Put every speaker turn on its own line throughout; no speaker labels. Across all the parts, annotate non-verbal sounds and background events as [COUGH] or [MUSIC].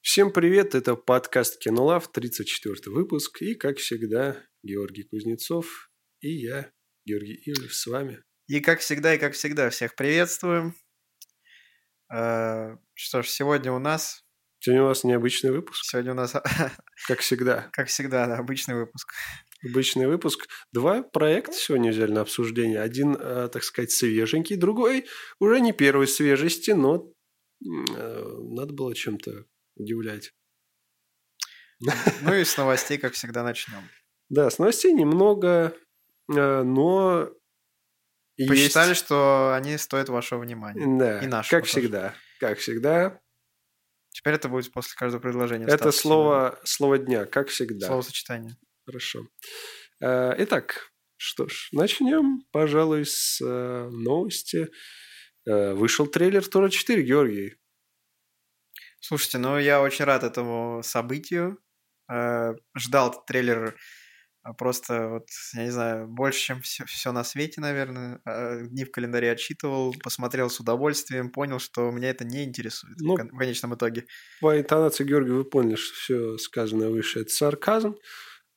Всем привет, это подкаст «Кинолав», 34 выпуск. И, как всегда, Георгий Кузнецов и я, Георгий Ивлев, с вами.
И как всегда, и как всегда, всех приветствуем. Э, Что ж, сегодня у нас...
Сегодня у нас необычный выпуск,
Сегодня у нас, [LAUGHS]
как всегда.
как всегда, да, обычный выпуск.
Обычный выпуск. Два проекта сегодня взяли на обсуждение. Один, э, так сказать, свеженький, другой уже не первой свежести, но м, э, надо было чем-то удивлять.
Ну и с новостей, как всегда, начнем.
Да, с новостей немного, э, но... есть-
Посчитали, что они стоят вашего внимания.
Да,
и нашего
как
тоже.
всегда. Как всегда.
Теперь это будет после каждого предложения. в
Это
статусе.
слово, слово дня, как всегда.
Словосочетание.
Хорошо. Э, Итак, что ж, начнем, пожалуй, с э, новости. Э, Вышел трейлер Тора 4, Георгий.
Слушайте, ну я очень рад этому событию. Э, Ждал этот трейлер э, просто, вот, я не знаю, больше, чем все, на свете, наверное. Э, Дни в календаре отчитывал, посмотрел с удовольствием, понял, что меня это не интересует в
Ну,
кон- в конечном итоге.
По интонации Георгия вы поняли, что все сказанное выше – это сарказм.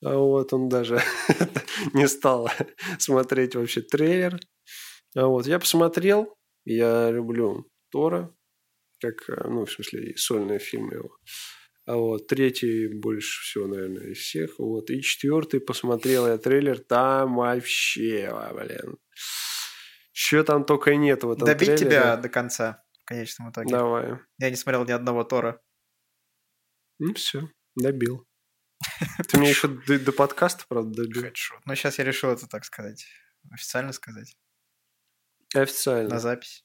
А Вот он даже [LAUGHS] не стал [LAUGHS] смотреть вообще трейлер. А Вот я посмотрел, я люблю Тора, как, э, ну, в смысле, и сольные фильмы его. А вот третий больше всего, наверное, из всех. Вот. И четвертый посмотрел я трейлер. Там вообще, а, блин. Чего там только нет в этом
Добить
трейлере.
тебя до конца в конечном итоге.
Давай.
Я не смотрел ни одного Тора.
Ну все, добил. [LAUGHS] Ты меня еще до, до подкаста, правда, добил.
Хочу. Но сейчас я решил это так сказать. Официально сказать. На
Официально.
запись.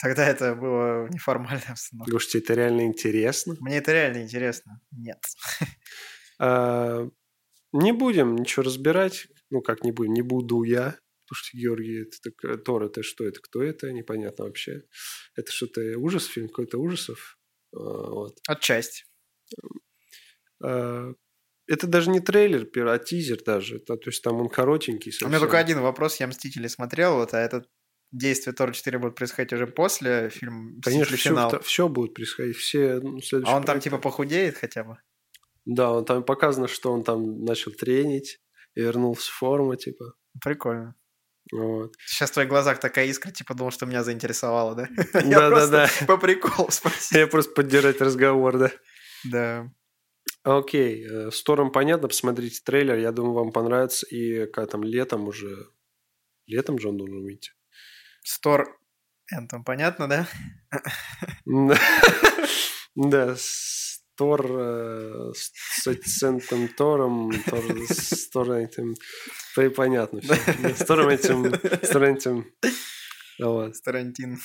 Тогда это было неформальная обстановка.
Потому что тебе это реально интересно.
Мне это реально интересно. Нет.
А, не будем ничего разбирать. Ну, как не будем, не буду я. Потому что Георгий, это так, э, Тор, это что это, кто это, непонятно вообще. Это что-то ужас, фильм какой-то ужасов. А, вот.
Отчасти.
А, это даже не трейлер, пер- а тизер даже. Это- то есть там он коротенький
У
совсем.
меня только один вопрос. Я «Мстители» смотрел, вот, а это действие Тора 4 будет происходить уже после фильма «Мстители.
Конечно,
Финал».
все, будет происходить. Все, ну, следующий
А он там
проект-
типа похудеет хотя бы?
Да, он там показано, что он там начал тренить и вернулся в форму, типа.
Прикольно.
Вот.
Сейчас в твоих глазах такая искра, типа думал, что меня заинтересовало, да? [LAUGHS] Я просто
Да-да-да.
по приколу спросил.
[LAUGHS]
[LAUGHS]
Я просто поддержать разговор, да.
Да.
Окей, э, с Тором понятно, посмотрите трейлер, я думаю, вам понравится. И когда там летом уже... Летом же он должен выйти. [LAUGHS]
Стор Энтом, понятно, да?
М, Да, с Тор... э, С с Эцентом Тором... Тор- С Тор этим... То и понятно
[LAUGHS]
всё. С Тором этим... С Тором этим... Вот.
Старантин.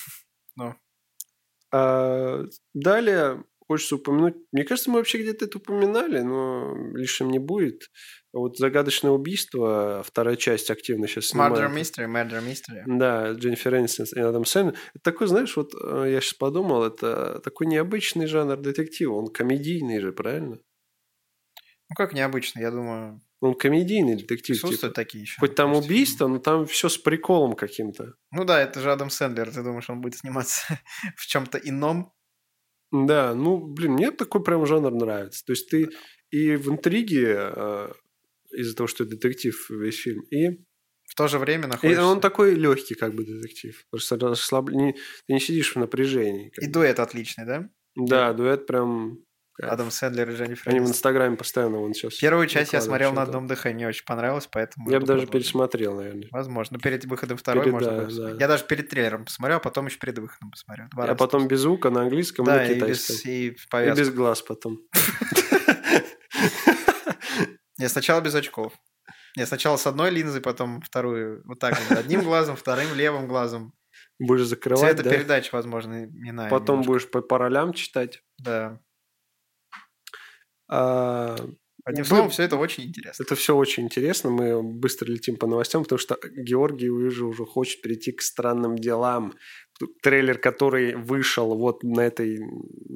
А, Далее хочется упомянуть, мне кажется, мы вообще где-то это упоминали, но лишним не будет. Вот «Загадочное убийство», вторая часть активно сейчас
Murder
снимают.
Mystery, Murder Mystery.
Да, Дженнифер Энистон и Адам Сэндлер. Это такой, знаешь, вот э, я сейчас подумал, это такой необычный жанр детектива. Он комедийный же, правильно?
Ну как необычно, я думаю,
Он комедийный детектив. типа.
присутствуют такие еще.
Хоть там
То есть,
убийство, но там все с приколом каким-то.
Ну да, это же Адам Сэндлер, ты думаешь, он будет сниматься [LAUGHS] в чем-то ином?
Да, ну, блин, мне такой прям жанр нравится. То есть ты и в интриге, э, из-за того, что детектив весь фильм, и,
В то же время
и
находишься...
он такой легкий как бы детектив. Просто расслаб- не- ты не сидишь в напряжении. как
И
бы.
дуэт отличный, да?
Да, дуэт прям... кайф.
Адам Сэндлер и Дженнифер
Они в
Энистон.
Инстаграме постоянно вон сейчас...
Первую часть я
выкладывают
смотрел на
что-то.
одном дыхании, мне очень понравилось, поэтому...
Я
жду
бы даже
продолжения.
пересмотрел, наверное. А
Возможно, перед выходом второй
Перед-
можно
да,
будет посмотреть.
да.
Я даже перед трейлером посмотрел, а потом еще перед выходом посмотрю. Два
А
раза
потом без звука на английском и
Да,
на
и без,
китайском.
и в
И
повязке. [LAUGHS]
без глаз потом.
Я сначала без очков. Я сначала с одной линзой, потом вторую. Вот так вот. Одним глазом, вторым левым глазом.
Будешь закрывать, да?
Цветопередача, возможно, иная.
Потом
немножко.
будешь по по ролям читать.
Да.
А,
Одним
Ну,
словом, все это очень интересно.
Это все очень интересно. Мы быстро летим по новостям, потому что Георгий, вижу, уже хочет перейти к странным делам. Тут Трейлер, который вышел вот на этой,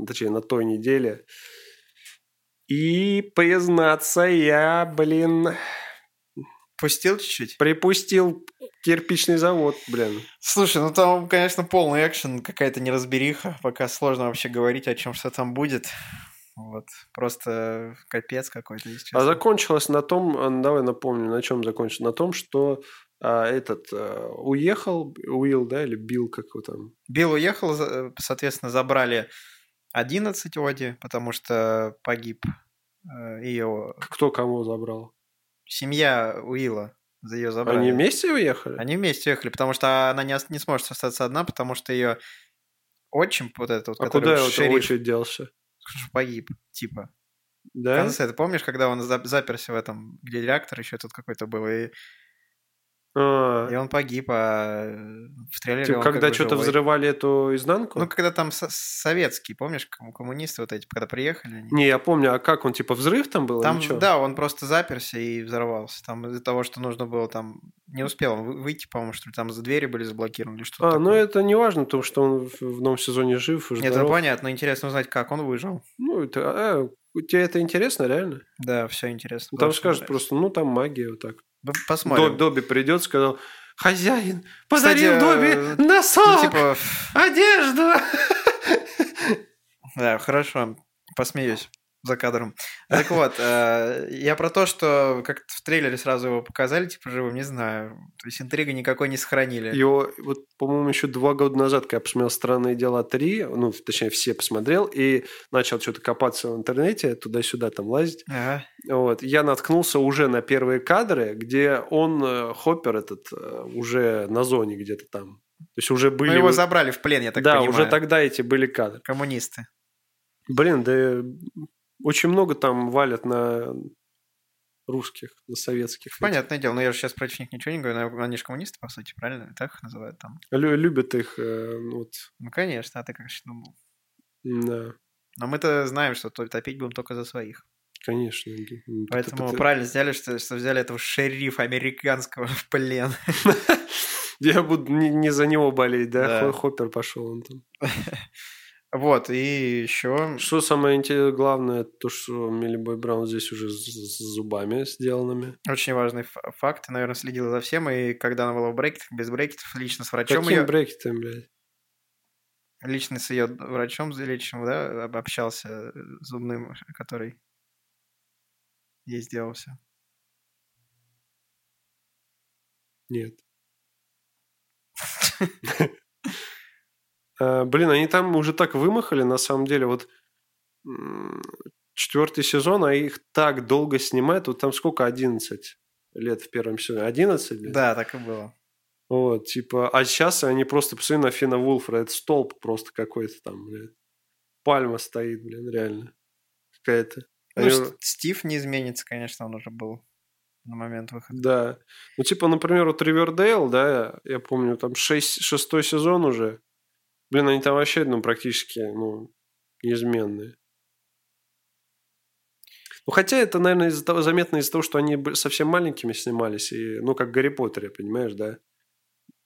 точнее, на той неделе. И, признаться, я, блин,
Пустил чуть-чуть?
Припустил кирпичный завод, блин. А
Слушай, ну там, конечно, полный экшен, какая-то неразбериха, пока сложно вообще говорить о чем что там будет. Вот, просто капец какой-то,
А
если честно.
закончилось на том, а, давай напомню, на чем закончилось. На том, что а, этот а, уехал, Уилл, да, или Билл, как его там.
Билл уехал, за- э, соответственно, забрали 11 Оди, потому что погиб э, ее
Кто кого забрал?
семья Уилла. За ее забрали.
Они вместе уехали?
Они вместе ехали, потому что она не, ос- не сможет остаться одна, потому что ее отчим, вот этот, вот,
А
который
куда
вот
этот
шериф,
очередь делся?
погиб, типа. В
Да?
конце, ты помнишь, когда он за- заперся в этом, где реактор еще тут какой-то был, и,
А,
и он погиб, а э, в трейлере
типа,
он как
когда
бы
что-то
живой.
взрывали эту изнанку?
Ну, когда там со- советские, помнишь, кому- коммунисты вот эти, когда приехали, они...
Не, я помню, а как он, типа, взрыв там был?
Там,
или чё? А,
да, он просто заперся и взорвался. Там из-за того, что нужно было там... Не успел он вы- выйти, по-моему, что ли. Там за двери были заблокированы или что-то
А, ну
такое.
это не важно, потому что он в, в новом сезоне жив и
Нет, это
здоров.
понятно. Интересно узнать, как он выжил.
Ну, это, а, у тебе это интересно, реально?
Да, все интересно.
Ну, там
Очень
скажут
нравится.
просто, ну, там магия вот так.
Ну,
Доб-
Посмотрим.
Добби придет, сказал, хозяин,
Кстати,
подарил
э,
Добби
Ну,
носок,
типа,
одежду.
да, хорошо. Посмеюсь за кадром. Так вот, э, я про то, что как-то в трейлере сразу его показали, типа, живым, не знаю. То есть интрига никакой не сохранили.
Его, вот, по-моему, еще два года назад, когда я посмотрел «Странные дела 3», ну, точнее, все посмотрел, и начал что-то копаться в интернете, туда-сюда там лазить.
Ага.
Вот. Я наткнулся уже на первые кадры, где он, э, Хоппер этот, э, уже на зоне где-то там. То есть уже
Ну,
были...
его
вот-
забрали в плен, я так
да,
понимаю.
уже тогда эти были кадры.
Коммунисты.
Блин, да э, очень много там валят на русских, на советских.
Понятное дело, но я же сейчас против них ничего не говорю, но они же коммунисты, по сути, правильно? Так их называют там.
Лю- любят их, э, ну вот,
Ну, конечно, а ты как же думал?
да,
Но мы-то знаем, что то- топить будем только за своих.
конечно. г- м, э,
Поэтому
т- т-
правильно сделали, что, что взяли этого шерифа американского [LAUGHS] в плен.
Я буду не, не за него болеть, да?
Да.
Хо- Хоппер пошел он там.
Вот, и еще...
Что самое инте- главное, то, что Милли Бой Браун здесь уже с, с зубами сделанными.
Очень важный ф- факт. Ты, наверное, следила за всем, и когда она была в брекетах, без брекетов, лично с врачом
Каким
её-
брекетом, блядь?
лично с ее врачом лечащим, да, об- общался э, зубным, который ей сделал все.
Нет. А, Блин, они там уже так вымахали, на самом деле, вот м, четвертый сезон, а их так долго снимают, вот там сколько, 11 лет в первом сезоне? 11 лет?
Да, так и было.
Вот, типа, а сейчас они просто, посмотри на Фина Вулфра, это столб просто какой-то там, блядь. Пальма стоит, блин, реально. Какая-то.
Ну,
Они-
С- Стив не изменится, конечно, он уже был на момент выхода.
Да. Ну, типа, например, вот Ривердейл, да, я помню, там шесть, шестой сезон уже. Блин, они там вообще, ну, практически, ну, неизменные. Ну, хотя это, наверное, из-за того, заметно из-за того, что они бы- совсем маленькими снимались, и, ну, как Гарри Поттере, понимаешь, да?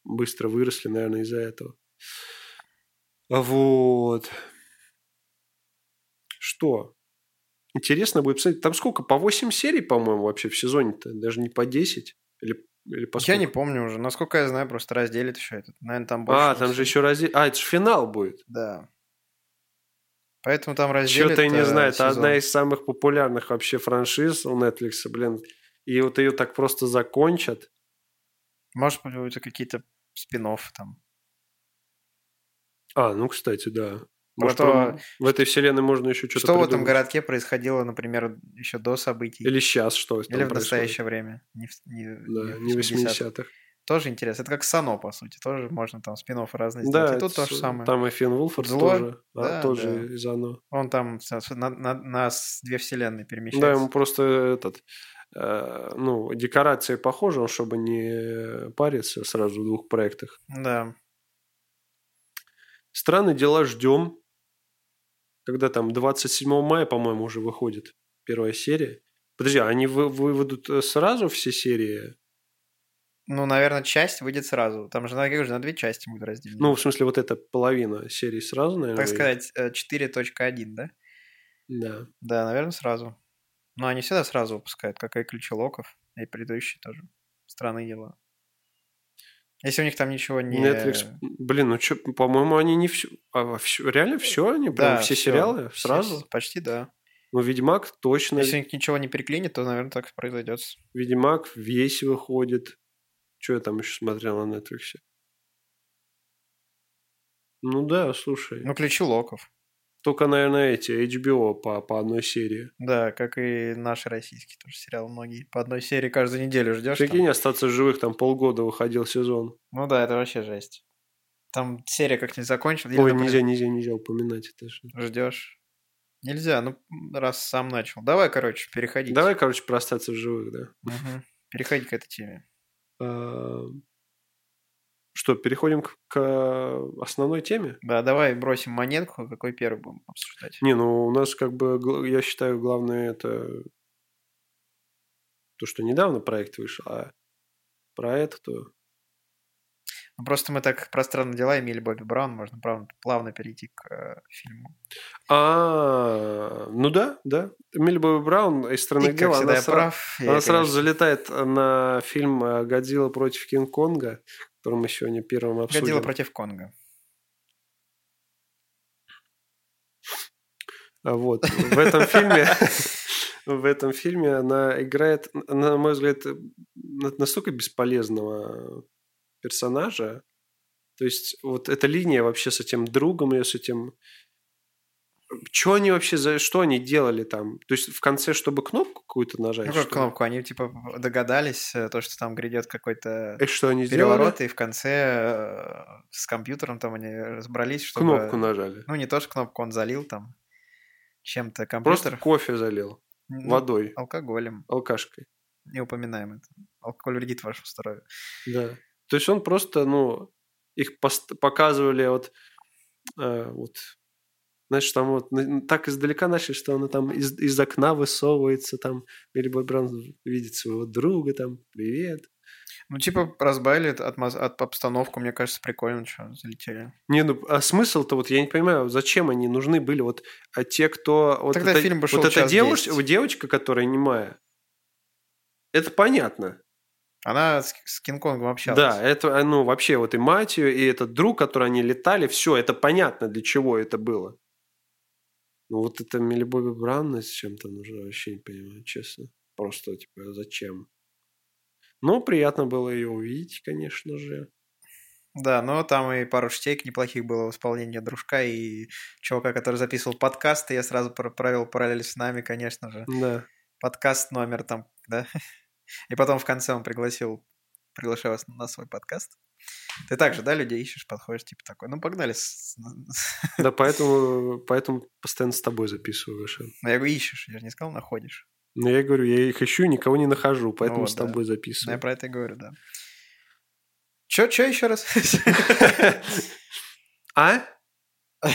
Быстро выросли, наверное, из-за этого. Вот. Что? Интересно будет посмотреть. Там сколько? По 8 серий, по-моему, вообще в сезоне-то? Даже не по 10? Или, или по
Я не
сколько?
помню уже. Насколько я знаю, просто разделит еще этот. Наверное, там больше.
А,
не
там же
всё.
еще раз... А, это же финал будет.
Да. Поэтому там разделит...
Чего-то я не
э,
знаю. Это
сезон.
одна из самых популярных вообще франшиз у Netflix, блин. И вот ее так просто закончат.
Может быть, будут какие-то спин там.
А, ну, кстати, да.
Про
Может,
то,
там в этой вселенной можно еще
а Что,
что-то
в этом
придумать.
городке происходило, например, еще до событий.
Или сейчас что там
Или в
происходит.
настоящее время. Не в, не,
Да,
в
не
80-х.
80-х.
Тоже интересно. Это как Сано, по сути. Тоже можно там спин разные сделать.
Да,
И тут
это
то же
с- э,
самое.
Там и Финн Вулфорд
Зло.
тоже. а,
Да,
тоже
да.
из оно.
Он там с- на, на- нас две вселенные перемещается.
Да, ему просто этот, э, ну, декорации похожи, он чтобы не париться сразу в двух проектах.
Да.
Странные дела ждем. Когда там 27 мая, по-моему, уже выходит первая серия. Подожди, а они вы- выведут э, сразу все серии?
Ну, наверное, часть выйдет сразу. Там же, на, я говорю, на две части будут разделены.
Ну, в смысле, вот эта половина серии сразу, наверное?
так сказать, э, 4.1, да?
Да.
Да, наверное, сразу. Но они всегда сразу выпускают, как и Ключелоков, и предыдущие тоже. Странные дела. Если у них там ничего не...
Netflix, блин, ну что, по-моему, они не все... А, всё- реально все они? Прям все
всё.
сериалы
Все-
сразу?
почти, да.
Ну, Ведьмак точно.
Если у них ничего не переклинит, то, наверное, так и произойдет.
Ведьмак весь выходит. Что я там еще смотрел на Netflix? Ну да, слушай.
Ну, ключи локов.
Только, наверное, эти HBO по, по одной серии.
Да, как и наши российские тоже сериалы многие. По одной серии каждую неделю ждешь. там.
Прикинь, остаться в живых, там полгода выходил сезон.
Ну да, это вообще жесть. Там серия как не закончилась.
Ой, нельзя, нельзя, нельзя упоминать это же.
Ждешь. Нельзя, ну, раз сам начал. Давай, короче, переходить.
Давай, короче, про остаться в живых, да.
Мгм. Переходи к этой теме.
А, Что, переходим к, к основной теме?
Да, давай бросим монетку, какой первый будем обсуждать.
Не, ну у нас как бы, гла- я считаю, главное это то, что недавно проект вышел, а про это то...
Ну, Просто мы так про странные дела имели Бобби Браун, можно прав- плавно перейти к э, фильму.
А, ну да, да. Милли Бобби Браун из
Ты,
«Странных
как
дел»,
всегда,
она,
я
сра-
прав. я,
она сразу
конечно,
залетает на фильм э, «Годзилла против Кинг-Конга», который мы сегодня первым обсудим.
Годзилла против Конга.
А Вот. В этом фильме... [LAUGHS] В этом фильме она играет, на мой взгляд, на- настолько бесполезного персонажа. То есть вот эта линия вообще с этим другом ее, с этим... Что они вообще за... Что они делали там? То есть в конце, чтобы кнопку какую-то нажать?
Ну, как
что ли?
кнопку, они типа догадались, э, то, что там грядет какой-то
И что они Э, сделали?
переворот, и в конце э, с компьютером там они разобрались, чтобы...
Кнопку нажали.
Ну, не то, что кнопку он залил там чем-то
Просто
компьютер.
кофе залил.
Ну,
Водой.
Алкоголем.
Алкашкой.
Не упоминаем это. Алкоголь вредит вашему здоровью.
Да. То есть он просто, ну, их пост- показывали вот, э, вот, знаешь, там вот на- на- так издалека начали, что она там из, из окна высовывается, там Милли Бобби Браун видит своего друга, там, привет.
Ну, типа, разбавили это атмос- от обстановку, мне кажется, прикольно, что залетели.
Не, ну, а смысл-то вот я не понимаю, зачем они нужны были вот а те, кто... Вот
Тогда
эта,
фильм бы шел
вот эта
час
девуш-
10.
девочка, которая немая, это понятно.
Она с, с Кинг-Конгом общалась.
Да, это, а, ну, вообще, вот и мать ее, и этот друг, который они летали, все, это понятно, для чего это было. Ну, вот это Милли Бобби Браун зачем-то нужно, ну, вообще не понимаю, честно. Просто, типа, зачем? Но приятно было ее увидеть, конечно же.
Да, но там и пару штейк неплохих было в исполнении дружка и чувака, который записывал подкасты. Я сразу пр- провел параллель с нами, конечно же.
Да.
Подкаст номер там, да. [LAUGHS] И потом в конце он пригласил, приглашаю вас на свой подкаст. Ты также, да, людей ищешь, подходишь, типа такой. Ну, погнали. с- с- [LAUGHS]
Да, поэтому, поэтому постоянно с тобой записываю, Гоша.
Ну, я говорю, ищешь, я же не сказал, находишь.
Но я говорю, я их ищу, никого не нахожу, поэтому
вот,
с
да.
тобой
Ну, я
записываю.
про это и говорю, да. Чё, чё еще раз? [LAUGHS]
А?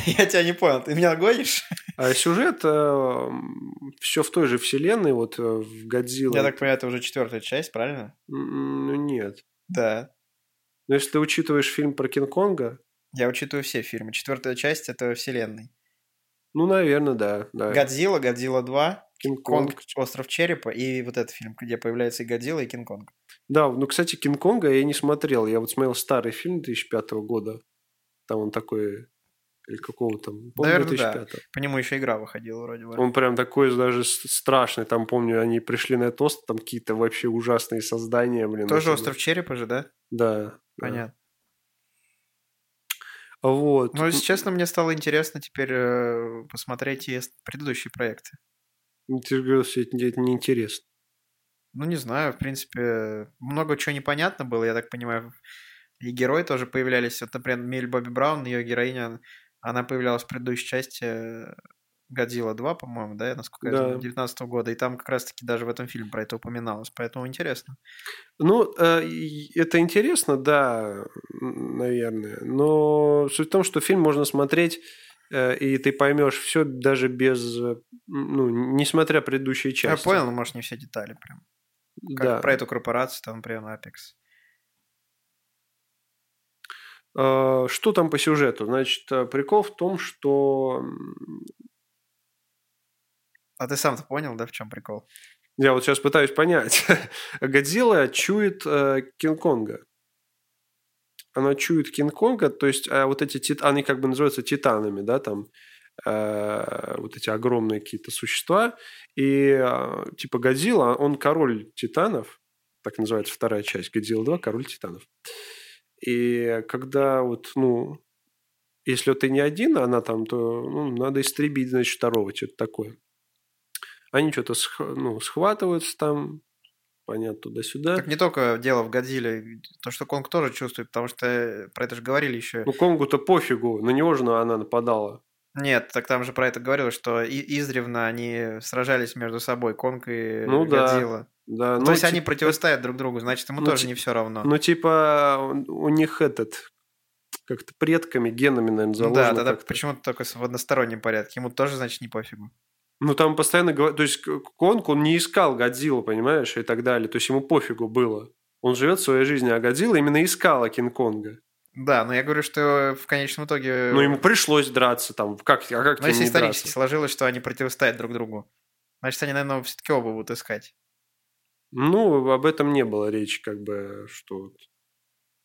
Я тебя не понял, ты меня гонишь?
А сюжет все в той же вселенной, вот э, в Годзилла.
Я так понимаю, это уже четвертая часть, правильно?
М, Ну нет.
Да.
Но если ты учитываешь фильм про Кинг-Конга,
Я учитываю все фильмы. Четвертая часть это вселенной.
ну, наверное, да. да.
Годзилла, Годзилла 2,
Кинг-Конг.
Э. Конг, Остров Черепа и вот этот фильм, где появляется и Годзилла, и Кинг-Конг.
Да, ну, кстати, Кинг-Конга я не смотрел. Я вот смотрел старый фильм 2005 года. Там он такой... Или какого там? Помню,
Наверное, да.
2005.
По нему еще игра выходила вроде бы.
Он прям такой даже с- страшный. Там, помню, они пришли на этот остров, там какие-то вообще ужасные создания, блин.
Тоже
это
Остров Черепа же, да?
было. Да. да.
Понятно. Ну,
Вот.
Но, если честно, мне стало интересно теперь э, посмотреть и предыдущие проекты.
Ну, Ты же говорил, что это не- это неинтересно.
Ну, не знаю, в принципе, много чего непонятно было, я так понимаю. И герои тоже появлялись. Вот, например, Милли Бобби Браун, ее героиня, она появлялась в предыдущей части э, «Годзилла 2», по-моему, да, насколько я
Да.
знаю, 19 года. И там как раз-таки даже в этом фильме про это упоминалось. Поэтому интересно.
Ну, э, и это интересно, да, м, наверное. Но суть в том, что фильм можно смотреть, э, и ты поймешь все даже без, э, ну, несмотря предыдущие части.
Ну, Я понял, но, может, не все детали прям. Как
Да.
про эту корпорацию, там, например, Apex.
Э, Что там по сюжету? Значит, э, прикол в том, что м,
А ты сам-то понял, да, в чем прикол?
Я вот сейчас пытаюсь понять. [LAUGHS] Годзилла чует э, Кинг-Конга. Она чует Кинг-Конга, то есть э, вот эти тит... они как бы называются титанами, да, там э, вот эти огромные какие-то существа. И э, типа Годзилла, он король титанов, так называется вторая часть Годзилла 2, король титанов. И когда вот, ну, если ты не один, а она там, то ну, надо истребить, значит, второго, что-то такое. Они что-то сх... ну, схватываются там, понятно, туда-сюда.
Так не только дело в Годзилле, то, что Конг тоже чувствует, потому что э, про это же говорили еще.
Ну, Конгу-то пофигу, на него же ну, она нападала.
Нет, так там же про это говорилось, что и издревно они сражались между собой, Конг и
Ну да.
Годзилла.
Да,
То
ну,
есть они
типа-
противостоят друг другу, значит, ему
ну,
тоже
ти-
не все равно.
Ну, типа, у них этот, как-то предками, генами, наверное,
Ну
заложено.
да, тогда
как-то.
почему-то только с- в одностороннем порядке. Ему тоже, значит, не пофигу.
Ну, там постоянно говорят... То есть, К- Конг, он не искал Годзиллу, понимаешь, и так далее. То есть, ему пофигу было. Он живет своей жизнью, а Годзилла именно искала Кинг-Конга.
Да, но я говорю, что в конечном итоге...
Но ему пришлось драться там. Как, а как
Ну,
тебе
Э. если
Ну, не
исторически
драться?
сложилось, что они противостоят друг другу, значит, они, наверное, все-таки оба будут искать.
Ну, об этом не было речи, как бы, что... вот.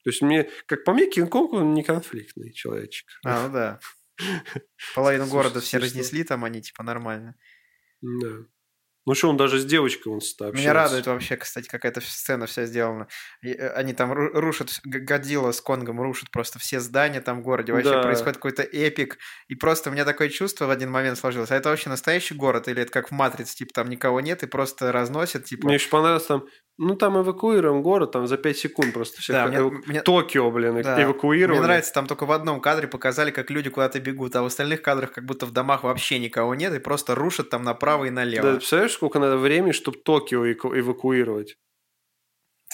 То есть, мне, как по мне, Кинг-Конг, он не конфликтный человечек.
А,
[LAUGHS]
ну да. Половину
Слушай, ну
города все
смешно.
разнесли, там они, типа, нормально.
Да. Ну что, он даже с девочкой он общался.
Меня радует вообще, кстати, как эта сцена вся сделана. И, э, Они там ру- рушат, вс- Г- Годзилла с Конгом рушат просто все здания там в городе. Вообще
Да.
происходит какой-то эпик. И просто у меня такое чувство в один момент сложилось. А это вообще настоящий город? Или это как в «Матрице», типа там никого нет и просто разносят, типа...
Мне еще понравилось там, ну там эвакуируем город, там за 5 секунд просто всех
Да,
эва-
мне- мне-
Токио, блин, э-
Да.
эвакуировали.
Мне нравится, там только в одном кадре показали, как люди куда-то бегут, а в остальных кадрах как будто в домах вообще никого нет и просто рушат там направо и
Да,
налево. Да,
представляешь, сколько надо времени, чтобы Токио эко- эвакуировать?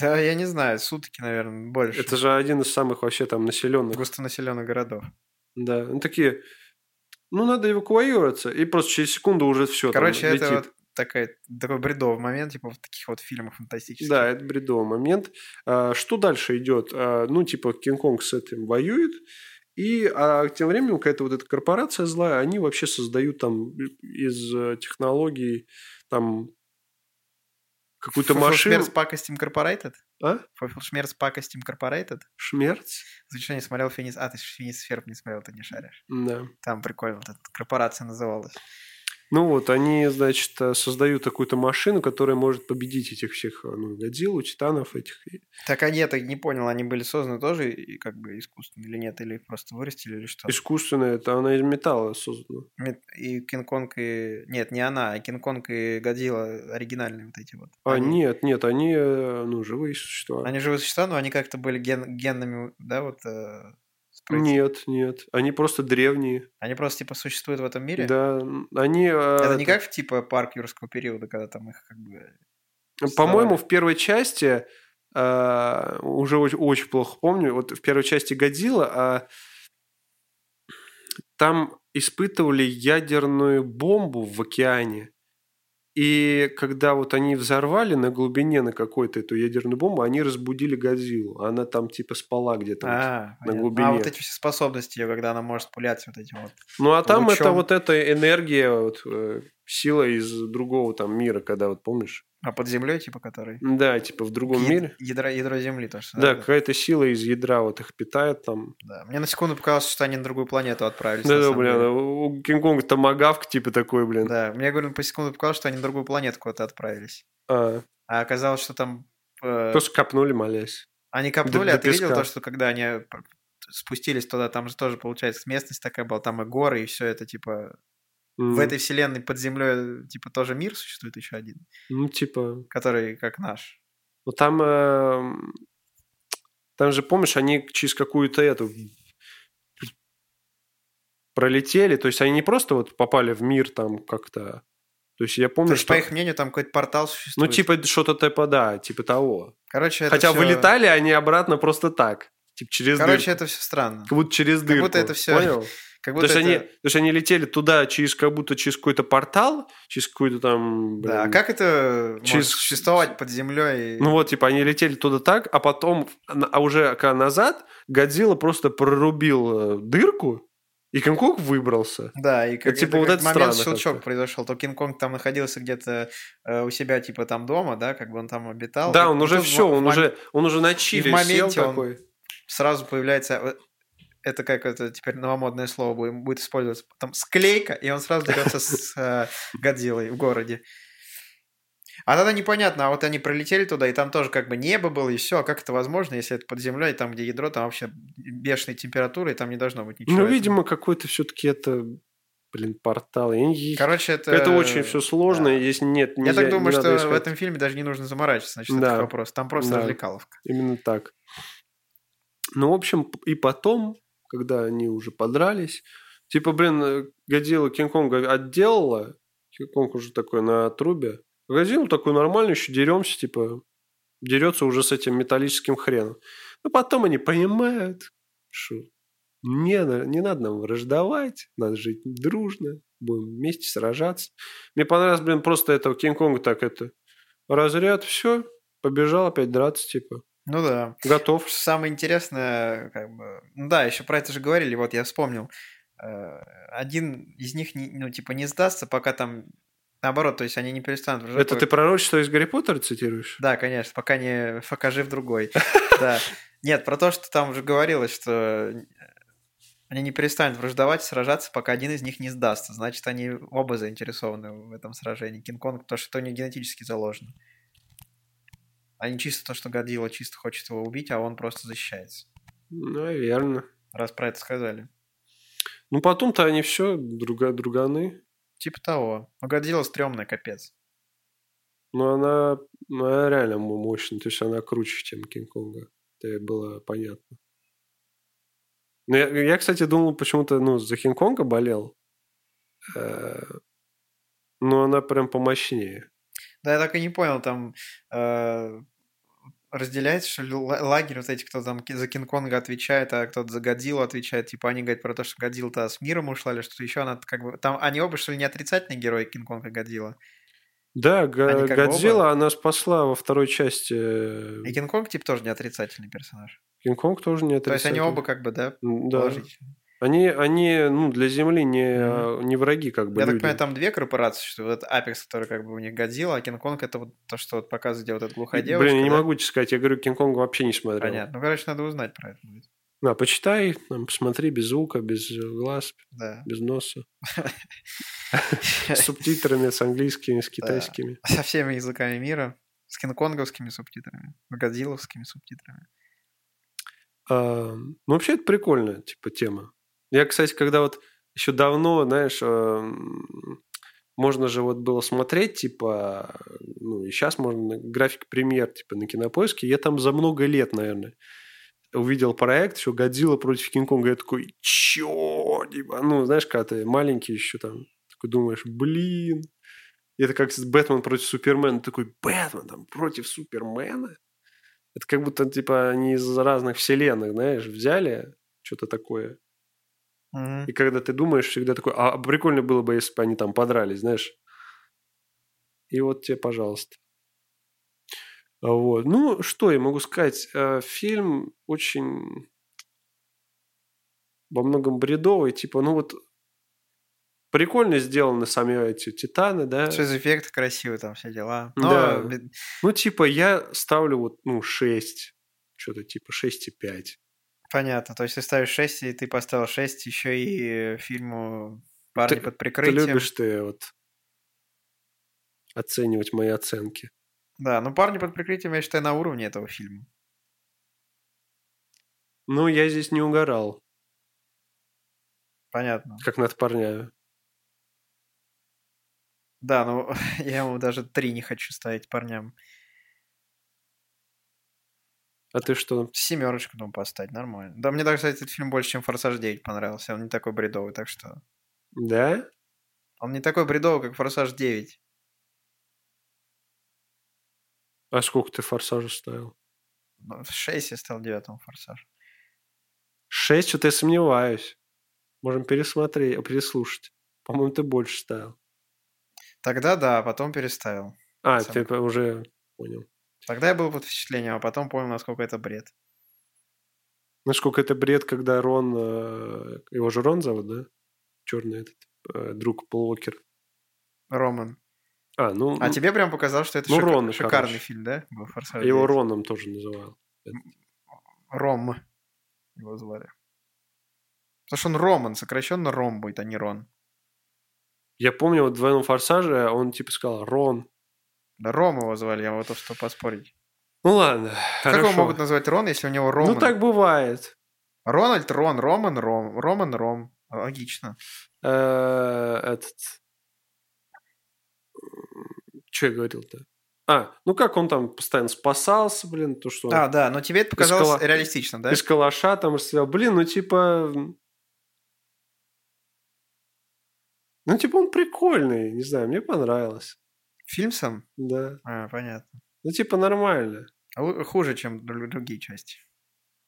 я не знаю, сутки, наверное, больше.
Это же один из самых вообще там населенных.
густонаселенных городов.
Да, ну такие, ну надо эвакуироваться, и просто через секунду уже все
Короче,
там летит.
это вот такая, такой бредовый момент, типа в таких вот фильмах фантастических.
Да, это бредовый момент. А, Что дальше идет? А, Ну, типа, Кинг-Конг с этим воюет, и а, тем временем какая-то вот эта корпорация злая, они вообще создают там из э, технологий там какую-то машину.
Шмерц Пакостим Corporated?
А?
Шмерц Пакостим Corporated?
Шмерц?
Звучно не смотрел Финис... А, ты Финис Ферб не смотрел, ты не шаришь.
Да.
Там прикольно, вот эта корпорация называлась.
Ну вот, они, значит, э, создают какую-то машину, которая может победить этих всех, э, ну, Годзиллу, Титанов этих. И-
Так они, я так не понял, они были созданы тоже и как бы искусственно или нет, или их просто вырастили, или что?
Искусственная, это она из металла создана.
Мет- И Кинг-Конг и... Нет, не она, а Кинг-Конг и Годзилла оригинальные вот эти вот.
А, нет, нет, они, э, ну, живые существа.
Они живые существа, но они как-то были ген- генными, да, вот... э, спроти-
Нет, нет. Они просто древние.
Они просто, типа, существуют в этом мире?
Да, они... э,
Это
это-
не как, в, типа, парк юрского периода, когда там их как бы...
По-моему, в первой части, э, уже очень, очень плохо помню, вот в первой части «Годзилла» а, там испытывали ядерную бомбу в океане. И когда вот они взорвали на глубине на какой-то эту ядерную бомбу, они разбудили Годзиллу. Она там типа спала где-то.
А, понятно.
глубине.
а, вот эти все способности ее, когда она может пулять вот эти вот.
Ну а там это
лучом.
вот эта энергия, вот, э, сила из другого там мира, когда вот помнишь?
А под землей, типа, который...
Да, типа в другом
Ед-
мире.
Ядро, ядро земли, то, что...
Да, какая-то сила из ядра вот их питает там.
да. Мне на секунду показалось, что они на другую планету отправились. на
Да, да,
самом
блин, а
деле.
у Кинг-Конга томагавк типа такой, блин.
Да, мне, говорю, по секунду показалось, что они на другую планету куда-то отправились.
А,
А оказалось, что там... э,
Просто копнули, молясь.
Они копнули,
до
а ты видел
песка.
то, что когда они э, п- спустились туда, там же тоже, получается, местность такая была, там и горы, и все это, типа...
М,
В этой вселенной под землей, типа, тоже мир существует еще один,
Ну, типа...
который как наш.
Ну, там... эм, Там же, помнишь, они через какую-то эту пролетели, то есть они не просто вот попали в мир там как-то... То есть я
То
помню,
есть,
Ну что...
по их мнению, там какой-то портал
Ну,
существует.
типа что-то типа, да, типа того.
Короче, это
Хотя
всё-
вылетали они обратно просто так. Типа через
Короче,
дырку.
это все странно.
Как будто через дырку.
будто это всё-
Понял?
Как
То
будто
есть,
это-
они, то есть они летели туда через как будто через какой-то портал, через какой-то там...
Да, а
блин,
как это
Через-
может существовать под землей?
Ну вот, типа, они летели туда так, а потом, а уже к- назад, Годзилла просто прорубил э, дырку, и И Кинг-Конг выбрался.
Да, и как
типа,
это
вот
как
это
момент
странно
щелчок
как-то.
произошел, то Кинг-Конг там находился где-то э, у себя, типа там дома, да, как бы он там обитал. И
Да, он
тут
уже
в-
все,
в
он
мом-
уже, он уже на чили сел
моменте он-
такой.
Сразу появляется, э, это как это теперь новомодное слово будет, будет использоваться, там склейка, и он сразу
[LAUGHS]
дерется с э, Годзиллой в городе. А тогда непонятно, а вот они пролетели туда, и там тоже как бы небо было, и все, а как это возможно, если это под землей, там, где ядро, там вообще бешеной температуры, и там не должно быть ничего.
Ну,
этого.
видимо, какой-то все-таки это, блин, портал. Я не-
Короче, это...
это очень все сложно,
да.
если нет,
Я
нельзя-
так
не
думаю,
надо
что в
искать.
этом фильме даже не нужно заморачиваться насчет
Да.
этих вопросов. Там просто
Да.
развлекаловка.
Именно так. Ну, в общем, п- и потом, когда они уже подрались, типа, блин, э, Годзилла Кинг-Конга отделала, Кинг-Конг уже такой на трубе, а Годзилла такой нормальный, еще деремся, типа, дерется уже с этим металлическим хреном. Но потом они понимают, что не, на- не надо нам враждовать, надо жить дружно, будем вместе сражаться. Мне понравилось, блин, просто этого Кинг-Конга так это разряд, все, побежал опять драться, типа.
Ну да.
Готов.
Самое интересное, как бы... Ну да, еще про это же говорили, вот я вспомнил. Э, Один из них, не- ну, типа, не сдастся, пока там... Наоборот, то есть они не перестанут... враждовать.
Это ты пророчество из Гарри Поттера цитируешь?
Да, конечно, пока не... Пока
[LAUGHS]
жив другой. Да. Нет, про то, что там уже говорилось, что они не перестанут враждовать, сражаться, пока один из них не сдастся. Значит, они оба заинтересованы в этом сражении. Кинг-Конг, потому что это у них генетически заложено. А не чисто то, что Годзилла чисто хочет его убить, а он просто защищается.
Наверное.
Раз про это сказали.
Ну, потом-то они все друга, друганы.
Типа того. Но Годзилла стрёмная, капец.
Но она, ну, она реально м- мощная. То есть она круче, чем Кинг-Конга. Это было понятно. Ну, я, я, кстати, думал почему-то, ну, за Кинг-Конга болел. Э, Но она прям помощнее.
Да, я так и не понял, там э, разделяется, что ли, ла- лагерь вот эти, кто там ки- за Кинг-Конга отвечает, а кто-то за Годзиллу отвечает. Типа они говорят про то, что Годзилла-то с миром ушла или что-то еще. Она как бы... Там они оба, что ли, не отрицательные герои Кинг-Конга и Годзилла?
Да, Га-
Они как бы
Годзилла, она спасла во второй части. э,
И Кинг-Конг, типа, тоже не отрицательный персонаж.
Кинг-Конг тоже не
То есть
отрицательный.
они оба как бы, да,
М, Да.
положительные.
Они, они ну, для Земли не, а, не враги, как бы.
Я так
люди.
понимаю, там две корпорации, что вот этот Apex, который как бы у них Годзилла, а Кинг-Конг это вот то, что вот показывает, где вот эта глухая девушка.
Блин, я не
да?
могу тебе сказать, я говорю, Кинг-Конг вообще не смотрел.
Понятно. Ну, короче, надо узнать про это. будет.
Да, почитай, там, посмотри без звука, без э, глаз, [LAUGHS]
Да.
без носа.
[LAUGHS]
С субтитрами, с английскими, с китайскими.
Со всеми языками мира. С кинг-конговскими субтитрами. С годзилловскими субтитрами.
А, Ну, вообще, это прикольная, типа, тема. Я, кстати, когда вот еще давно, знаешь, эм, можно же вот было смотреть, типа, ну, и сейчас можно на- график премьер, типа, на Кинопоиске. Я там за много лет, наверное, увидел проект, еще «Годзилла против Кинг-Конга». Я такой, чё? Типа, ну, знаешь, когда ты маленький еще там, такой думаешь, блин. И Это как с Бэтмен против Супермена. Такой, Бэтмен там против Супермена? Это как будто, типа, они из разных вселенных, знаешь, взяли что-то такое.
Мгм.
И когда ты думаешь, всегда такой, а прикольно было бы, если бы они там подрались, знаешь. И вот тебе, пожалуйста. А Вот. Ну, что я могу сказать? Э, Фильм очень во многом бредовый. Типа, ну вот прикольно сделаны сами эти титаны, да?
Спецэффекты Э, красивые там, все дела. Но
Да.
бед-
Ну, типа, я ставлю вот, ну, 6. Что-то типа 6,5.
понятно. То есть ты ставишь 6, и ты поставил 6 еще и э, фильму «Парни
Ты-
под
Ты
прикрытием».
любишь ты э, вот оценивать мои оценки.
Да, ну «Парни под прикрытием» я считаю на уровне этого фильма.
Ну, я здесь не угорал.
Понятно.
Как над парнями.
Да, ну [LAUGHS] я ему даже 3 не хочу ставить парням.
А ты что?
Семерочку, думаю, поставить, нормально. Да, мне даже, кстати, этот фильм больше, чем «Форсаж 9» понравился. Он не такой бредовый, так что...
Да?
Он не такой бредовый, как «Форсаж 9».
А сколько ты форсажа ставил?
Ну, в 6 я стал девятым форсаж.
Шесть, что-то я сомневаюсь. Можем пересмотреть, переслушать. По-моему, ты больше ставил.
Тогда да, а потом переставил.
А,
Сам-
ты по- уже понял.
Тогда я был под впечатлением, а потом понял, насколько это бред.
Насколько это бред, когда Рон... э, Его же Рон зовут, да? Черный этот э, друг Пол Уокер.
Роман.
А, ну,
А тебе прям показал, что это
Ну,
шика-
Рон,
шикарный
короче.
фильм, да? был «Форсаж»
его
9?
Роном тоже называл.
Ром. Его звали. Потому что он Роман, сокращенно Ром будет, а не Рон.
Я помню, вот в «Двойном форсаже» он типа сказал «Рон».
Да Ром его звали, я готов что поспорить.
Ну ладно,
Как
хорошо.
его могут назвать Рон, если у него Роман?
Ну так бывает.
Рональд, Рон, Роман, Ром, Роман, Ром. Логично.
Э, этот... Че я говорил-то? А, ну как он там постоянно спасался, блин, то, что он
А, да, но тебе это показалось
Искала-
реалистично, да?
из калаша там расстрелял. Блин, ну типа... м, Ну типа он прикольный, не знаю, мне понравилось.
Фильм сам?
Да.
А, понятно.
Ну типа нормально.
А лу- Хуже, чем дру- другие части.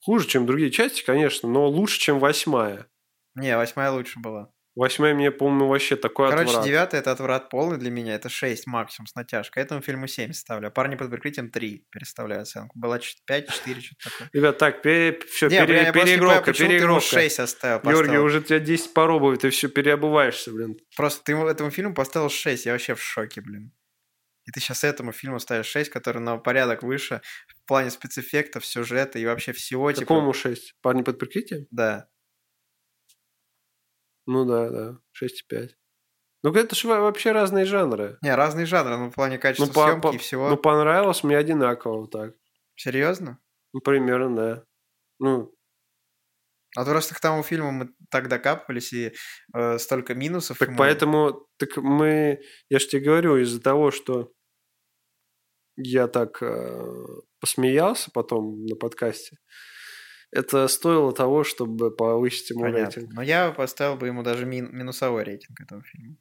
Хуже, чем другие части, конечно, но лучше, чем восьмая.
Не, восьмая лучше была.
Восьмая мне, по-моему, вообще такой
Короче,
отврат.
девятая это отврат полный для меня, это 6 максимум с натяжкой. Этому фильму 7 ставлю, а парни под прикрытием 3 переставляю оценку. Была 5, 4, что-то такое.
Ребят, так, все,
Не, блин, я просто не понимаю,
переигровка,
почему ты ему
переигровка.
6 оставил,
Георгий,
поставил. Типа.
уже тебя 10 поробов, ты все переобуваешься, блин.
Просто ты ему- этому фильму поставил 6, я вообще в шоке, блин. И ты сейчас этому фильму ставишь 6, который на порядок выше в плане спецэффектов, сюжета и вообще всего. типа,
Какому 6? Парни под прикрытием?
Да.
Ну да, да, 6,5. Ну это же вообще разные жанры.
Не, разные жанры, но в плане качества
Ну, по-
съемки
по-
и всего.
Ну понравилось мне одинаково вот так.
Серьезно?
Ну примерно, да. Ну,
А то просто к тому фильму мы так докапывались, и э, столько минусов.
так
ему.
поэтому, так мы, я же тебе говорю, из-за того, что я так э, посмеялся потом на подкасте, это стоило того, чтобы повысить ему
Понятно.
рейтинг.
Но я поставил бы ему даже мин- минусовой рейтинг этого фильма.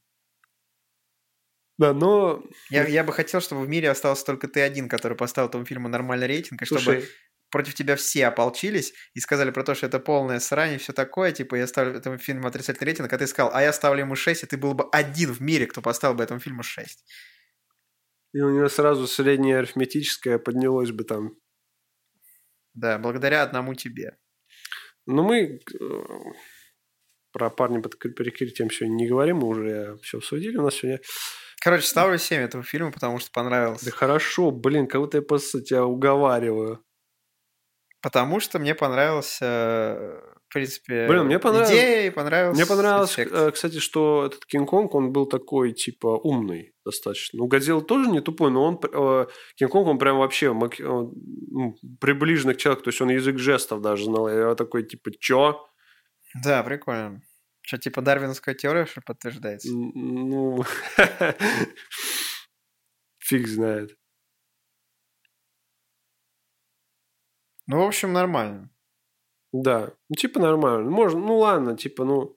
Да, но,
Я, я бы хотел, чтобы в мире остался только ты один, который поставил этому фильму нормальный рейтинг, и чтобы
слушай,
против тебя все ополчились и сказали про то, что это полная срань и все такое, типа, я ставлю этому фильму отрицательный рейтинг, а ты сказал, а я ставлю ему 6, и ты был бы один в мире, кто поставил бы этому фильму 6.
И у него сразу среднее арифметическое поднялось бы там.
Да, благодаря одному тебе.
Но мы э, про парня под кр- прикрытием сегодня не говорим, мы уже все обсудили у нас сегодня.
Короче, ставлю 7 этому фильму, потому что понравился.
Да хорошо, блин, кого-то я просто тебя уговариваю.
Потому что мне понравился, э, в принципе,
Блин, мне понравилось-
идея и понравился
Мне понравилось,
эффект.
э, кстати, что этот Кинг-Конг, он был такой, типа, умный достаточно. Ну, Годзилла тоже не тупой, но он... пр- э, Кинг-Конг, он прям вообще мак- э, ну, приближенный к человеку, то есть он язык жестов даже знал. Я такой, типа, чё?
Да, прикольно. Что, типа дарвиновская теория что ли, подтверждается?
Н- Ну, [LAUGHS] фиг знает.
Ну, в общем, нормально.
Да, ну типа нормально. Можно, ну ладно, типа, ну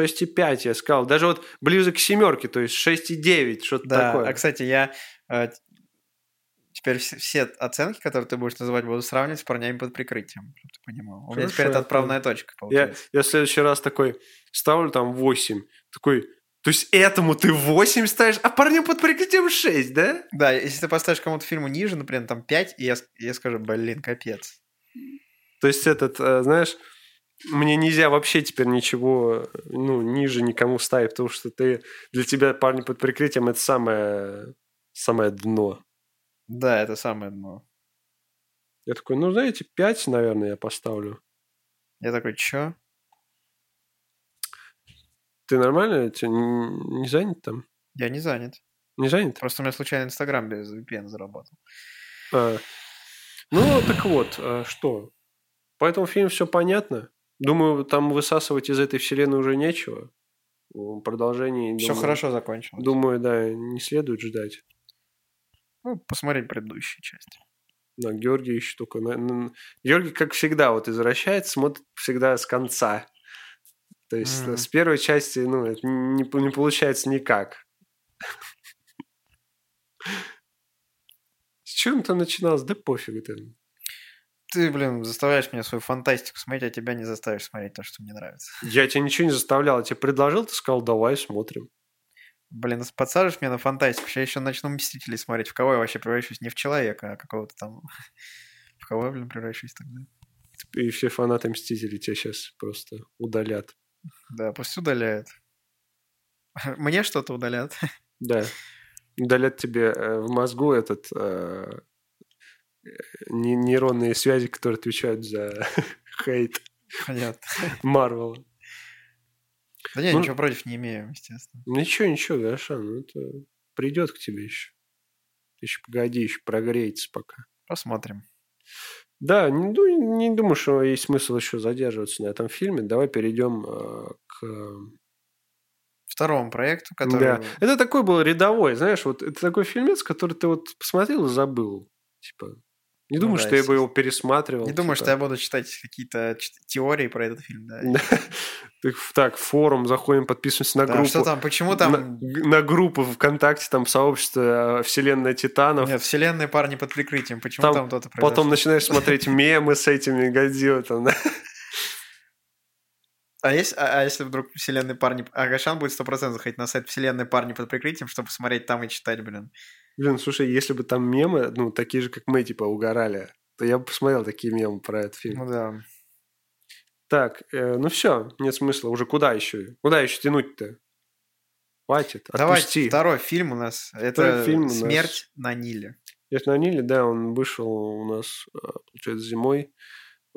6,5 я сказал. Даже вот ближе к семерке, то есть 6,9, что-то
Да,
такое.
а, кстати, я э, т- теперь вс- все оценки, которые ты будешь называть, буду сравнивать с парнями под прикрытием, чтобы ты понимал. У меня теперь
Хорошо,
это отправная точка,
я,
получается.
я в следующий раз такой ставлю там 8. Такой, то есть этому ты 8 ставишь, а парню под прикрытием 6, да?
Да, если ты поставишь кому-то фильму ниже, например, там 5, и я, с- я скажу, блин, капец.
То есть этот, э, знаешь, мне нельзя вообще теперь ничего, э, ну, ниже никому ставить, потому что ты, для тебя парни под прикрытием это самое, самое дно.
Да, это самое дно.
Я такой, ну, знаете, 5, наверное, я поставлю.
Я такой, чё?
Ты нормально? Ты не не занят там?
Я не занят.
Не занят?
Просто у меня случайно Инстаграм без VPN заработал.
А, Ну, так вот, а, что? По этому фильму все понятно. Думаю, там высасывать из этой вселенной уже нечего. В продолжении...
Все
думаю-
хорошо закончилось.
Думаю, да, не следует ждать.
Ну, посмотри предыдущую часть.
Да, Георгий еще только... на- на- Георгий, как всегда, вот извращается, смотрит всегда с конца. То есть э,
Мгм.
с первой части, ну, это не, по- не получается никак. С чем ты начинал? Да пофиг ты.
Ты, блин, заставляешь меня свою фантастику смотреть, а тебя не заставишь смотреть то, что мне нравится.
Я тебя ничего не заставлял, я тебе предложил, ты сказал, давай смотрим.
Блин, подсаживаешь меня на фантастику, я еще начну Мстителей смотреть. [LAUGHS] В кого я вообще превращусь? Не в человека, а какого-то там... В кого я, блин, превращусь тогда?
И все фанаты Мстителей тебя сейчас просто удалят.
Да, пусть удаляют. [LAUGHS] Мне что-то удалят. [LAUGHS]
Да. Удалят тебе э, в мозгу этот э, не- нейронные связи, которые отвечают за [LAUGHS] хейт
Понятно.
Марвела.
Да не,
Ну-
ничего против не имею, естественно.
Ничего, ничего, Гаша, ну это придет к тебе еще. Еще погоди, еще прогреется пока.
Посмотрим.
Да, не, ду- не думаю, что есть смысл еще задерживаться на этом фильме. Давай перейдем э, к... э,
Второму проекту,
Да.
который...
Это такой был рядовой, знаешь, вот это такой фильмец, который ты вот посмотрел и забыл. Типа, не
Ну
думаю,
да,
что я бы его
естественно.
пересматривал.
Не думаю,
типа.
что я буду читать какие-то ч- теории про этот фильм, да.
Да. Так, в- так, в форум заходим, подписываемся на
Да,
группу.
что там, почему
На,
там...
г- на группу ВКонтакте, там сообщество э, Вселенная Титанов.
Нет, вселенные парни под прикрытием, почему
Там
там, кто-то
Потом начинаешь
[LAUGHS]
смотреть мемы с этими Годзилла. Там, да.
А, есть, а, а если вдруг вселенные парни... Агашан будет 100% заходить на сайт вселенные парни под прикрытием, чтобы смотреть там и читать, блин.
Блин, слушай, если бы там мемы, ну, такие же, как мы, типа, угорали, то я бы посмотрел такие мемы про этот фильм.
Ну да.
Так, э, ну все, нет смысла. Уже куда еще? Куда еще тянуть-то? Хватит,
Давайте
отпусти.
второй фильм у нас. Это
Второй фильм у нас.
«Смерть на Ниле».
Если на Ниле, да, он вышел у нас, э, получается, зимой.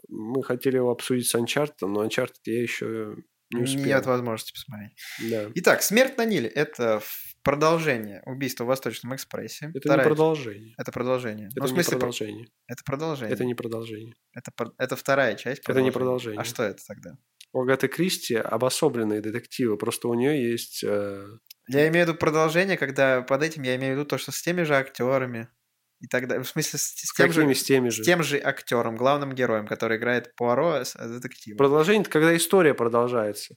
Мы хотели его обсудить с Uncharted, но Uncharted я еще не успел.
Нет возможности посмотреть.
Да.
Итак, «Смерть на Ниле» — это в- продолжение убийства в Восточном экспрессе.
Это
Вторая-
не продолжение.
Это продолжение.
Это
ну, в
не
смысле, про-
продолжение.
это продолжение.
Это не продолжение.
Это, пр- это вторая часть
Это не продолжение.
А что это тогда?
У Агаты Кристи обособленные детективы, просто у нее есть... э,
Я имею в виду продолжение, когда под этим я имею в виду то, что с теми же актерами и так далее. В смысле, с, с
с
тем,
какими
же,
с теми
с
же.
тем же актером, главным героем, который играет Пуаро э, с- детектива.
Продолжение это когда история продолжается.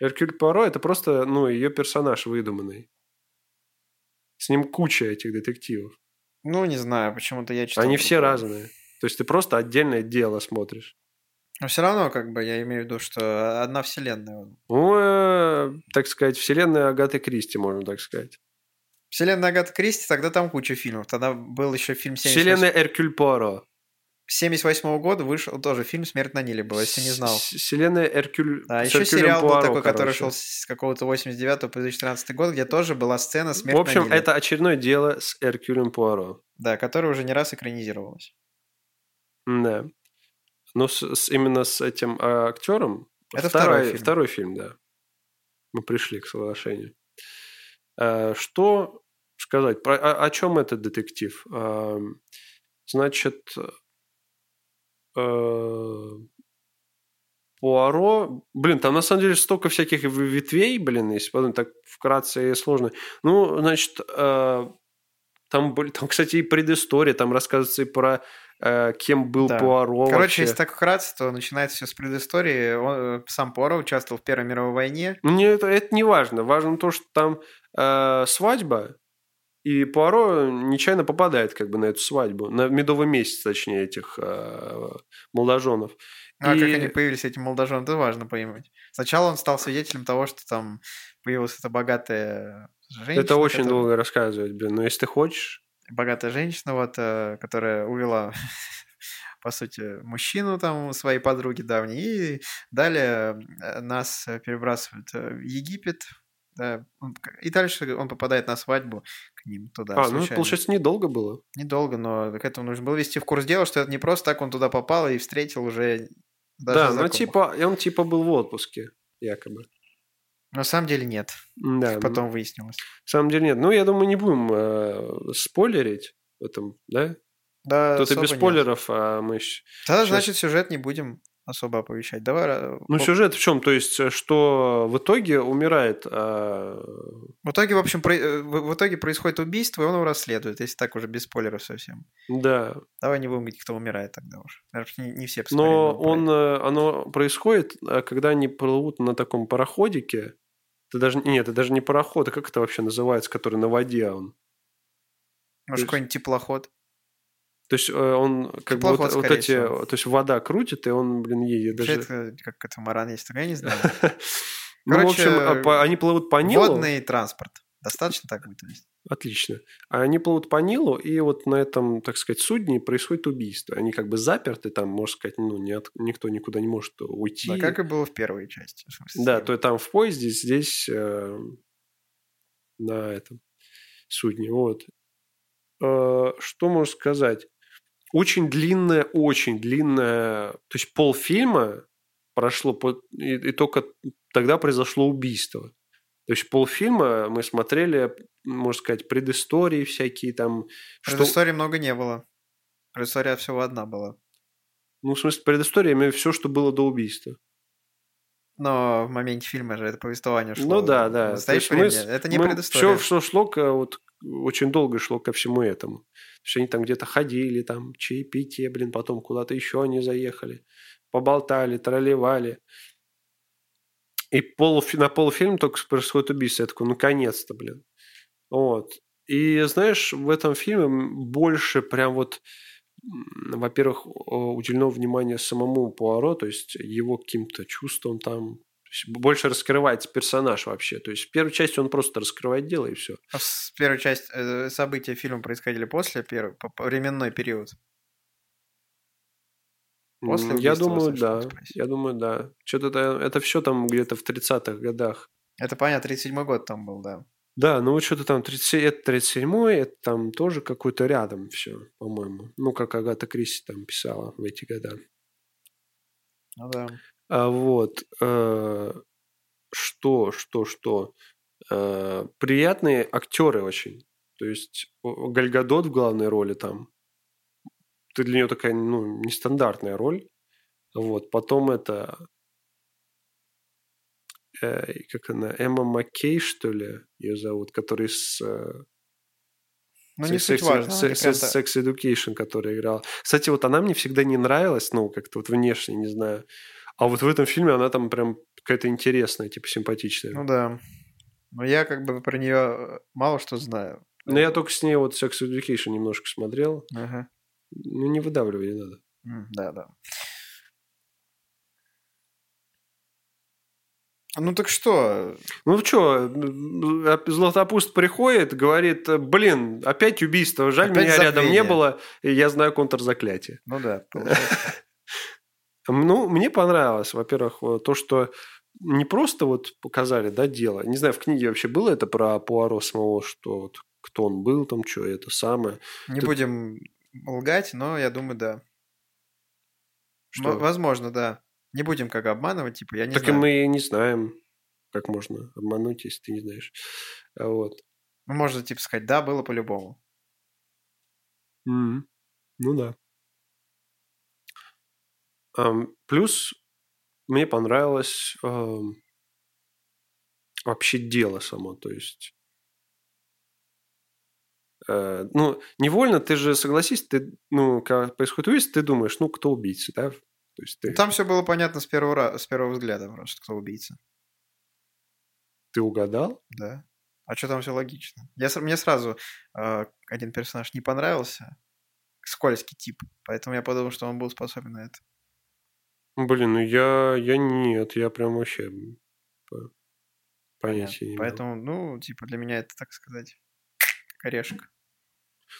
Эркюль Пуаро это просто, ну, ее персонаж выдуманный. С ним куча этих детективов.
Ну, не знаю, почему-то я читал.
Они все разные. То есть ты просто отдельное дело смотришь.
Но все равно, как бы, я имею в виду, что э, одна вселенная.
Ну, э, так сказать, вселенная Агаты Кристи, можно так сказать.
Вселенная Агаты Кристи, тогда там куча фильмов. Тогда был еще фильм 78
Вселенная Эркюль Пуаро.
78 года вышел тоже фильм «Смерть на Ниле» был, если не знал.
С- Вселенная Эркюль...
А
с
еще
Эркюлем
сериал был
Пуаро,
такой, который
короче.
шел с какого-то 89 по 2013 год, где тоже была сцена «Смерть
В общем,
на Ниле»,
это очередное дело с Эркюлем Пуаро.
да, которая уже не раз экранизировалась.
Да. Но Ну, с- с- именно с этим а, актером...
Это
вторая-
второй фильм.
Второй фильм, да. Мы пришли к соглашению. Э, Что сказать? Про- о, о чем этот детектив? Э, Значит, э, Пуаро... Блин, там на самом деле столько всяких в- ветвей, блин, если подумать, так вкратце и сложно. Ну, значит, э, там, были- там, кстати, и предыстория, там рассказывается и про э, кем был
Да.
Пуаро
Короче,
вообще.
если так вкратце, то начинается все с предыстории. Он, э, сам Пуаро участвовал в Первой мировой войне.
Мне это, это не важно. Важно то, что там э, свадьба, и Пуаро нечаянно попадает как бы на эту свадьбу, на медовый месяц, точнее, этих э, молодоженов.
А
И-
как они появились, эти молодожены, это важно понимать. Сначала он стал свидетелем того, что там появилась эта богатая женщина.
это очень
которая-
долго рассказывать, блин. Но если ты хочешь...
богатая женщина, вот, э, которая увела, [LAUGHS] по сути, мужчину там у своей подруги давней, и далее э, нас э, перебрасывают э, в Египет, да, он к- и дальше он попадает на свадьбу к ним туда.
а, ну,
случайно.
получается, недолго было.
Недолго, но к этому нужно было вести в курс дела, что это не просто так он туда попал и встретил уже даже
да, ну,
знакомых.
типа, и он типа был в отпуске, якобы.
На самом деле нет,
Да,
как
ну,
потом выяснилось.
на самом деле нет. Ну, я думаю, не будем э, спойлерить в этом, да?
Да,
Тут и
особо
без
нет.
спойлеров, а мы... щ-
Тогда,
Щас.
значит, сюжет не будем особо оповещать. Давай... э,
Ну,
в-
сюжет в чем? То есть, э, что в итоге умирает... а,
В итоге, в общем, про- э, в в итоге происходит убийство, и он его расследует, если так уже без спойлеров совсем.
Да, но
Давай не будем говорить, кто умирает тогда уже. Наверное, не, не все посмотрели. этот
он,
проект.
э, оно происходит, э, когда они плывут на таком пароходике. Это даже, нет, это даже не пароход, а как это вообще называется, который на воде он? э,
Может, какой-нибудь теплоход.
То есть э, он как бы вот,
Теплоход,
вот
скорее
эти...
всего.
То есть вода крутит, и он, блин, едет
Вообще,
даже...
это э, как катамаран
[LAUGHS]
есть, такое, я не знаю.
Ну, в
Короче,
общем, а, по- они плывут по Нилу.
Водный транспорт. Достаточно так будет? то есть?
Отлично. А они плывут по Нилу, и вот на этом, так сказать, судне происходит убийство. Они как бы заперты, там, можно сказать, ну, ни от- никто никуда не может уйти.
Да, как и было в первой части. в смысле.
Да, то есть там в поезде, здесь э, на этом судне. Вот. Э, что можно сказать? Очень длинная, очень длинная... То есть полфильма прошло, по- и, и только тогда произошло убийство. То есть полфильма мы смотрели, можно сказать, предыстории всякие там. что-
Предыстории много не было. Предыстория всего одна была.
Ну, в смысле, предыстория, я имею в виду все, что было до убийства.
Но в моменте фильма же это повествование шло.
Ну да, да.
В
То
настоящее
есть мы
время.
с-
Это не
мы
предыстория.
Все, что шло, к, э, вот, очень долго шло ко всему этому. То есть они там где-то ходили, там чаепитие, блин, потом куда-то еще они заехали, поболтали, троллевали. И полуфи- на полфильм только происходит убийство. Я такой, наконец-то, блин. Вот. И знаешь, в этом фильме м, больше прям вот, м, во-первых, о, уделено внимание самому Пуаро, то есть его каким-то чувствам там, то есть больше раскрывается персонаж вообще. То есть в первой части он просто раскрывает дело и все.
А с- Первая часть э, события фильма происходили после первой, по- по- временной период. После
Ну, Я
убийства
думаю,
Лос-Анджелеса
да.
Экспресса.
Я думаю, да. Что-то это, все там где-то в 30-х годах.
Это понятно, 37-й год там был, да.
Да, ну вот что-то там 37, это 37-й, это там тоже какой-то рядом все, по-моему. Ну, как Агата Кристи там писала в эти года.
Ну да.
А вот э, что, что, что Э, приятные актеры очень. То есть о- Гальгадот в главной роли там. Ты для нее такая ну нестандартная роль. Вот потом это э, и как она Эмма Маккей что ли ее зовут, который с э,
Ну не
Секс-
суть
секс-
важно.
секс-
она какая-то-
Секс Education, которая играла. Кстати, вот она мне всегда не нравилась, ну, как-то вот внешне, не знаю. А вот в этом фильме она там прям какая-то интересная, типа симпатичная.
Ну да. Но я как бы про нее мало что знаю.
Но я только с ней вот Sex Education немножко смотрел.
Ага.
Ну, не выдавливай, не надо.
М, Да, да. Ну так что?
Ну, что, э, Златопуст приходит, говорит, блин, опять убийство, жаль,
Опять
меня рядом не
забвение».
было, и я знаю контрзаклятие.
Ну да. получается.
Ну, мне понравилось, во-первых, э, то, что не просто вот показали, да, дело. Не знаю, в книге вообще было это про Пуаро самого, что вот кто он был, там, что это самое.
Не
Ты-
будем лгать, но я думаю, да.
Что?
М- Возможно, да. Не будем как обманывать, типа, я не
так
знаю.
и мы и не знаем, как можно обмануть, если ты не знаешь. А Вот.
Ну, можно, типа, сказать, да, было по-любому.
Ну да. Ам, плюс мне понравилось ам, вообще дело само, то есть. э, ну, невольно, ты же согласись, ты, ну, когда происходит убийство, ты думаешь, ну, кто убийца, да? То есть ты,
Ну, Там все было понятно с первого, ра- с первого взгляда просто, кто убийца.
ты угадал?
Да. А что там все логично? Я, с- мне сразу э, один персонаж не понравился. Скользкий тип. Поэтому я подумал, что он был способен на это.
Блин, ну я, я нет, я прям вообще по- понятия не имел.
Поэтому, ну, типа, для меня это, так сказать, как орешек.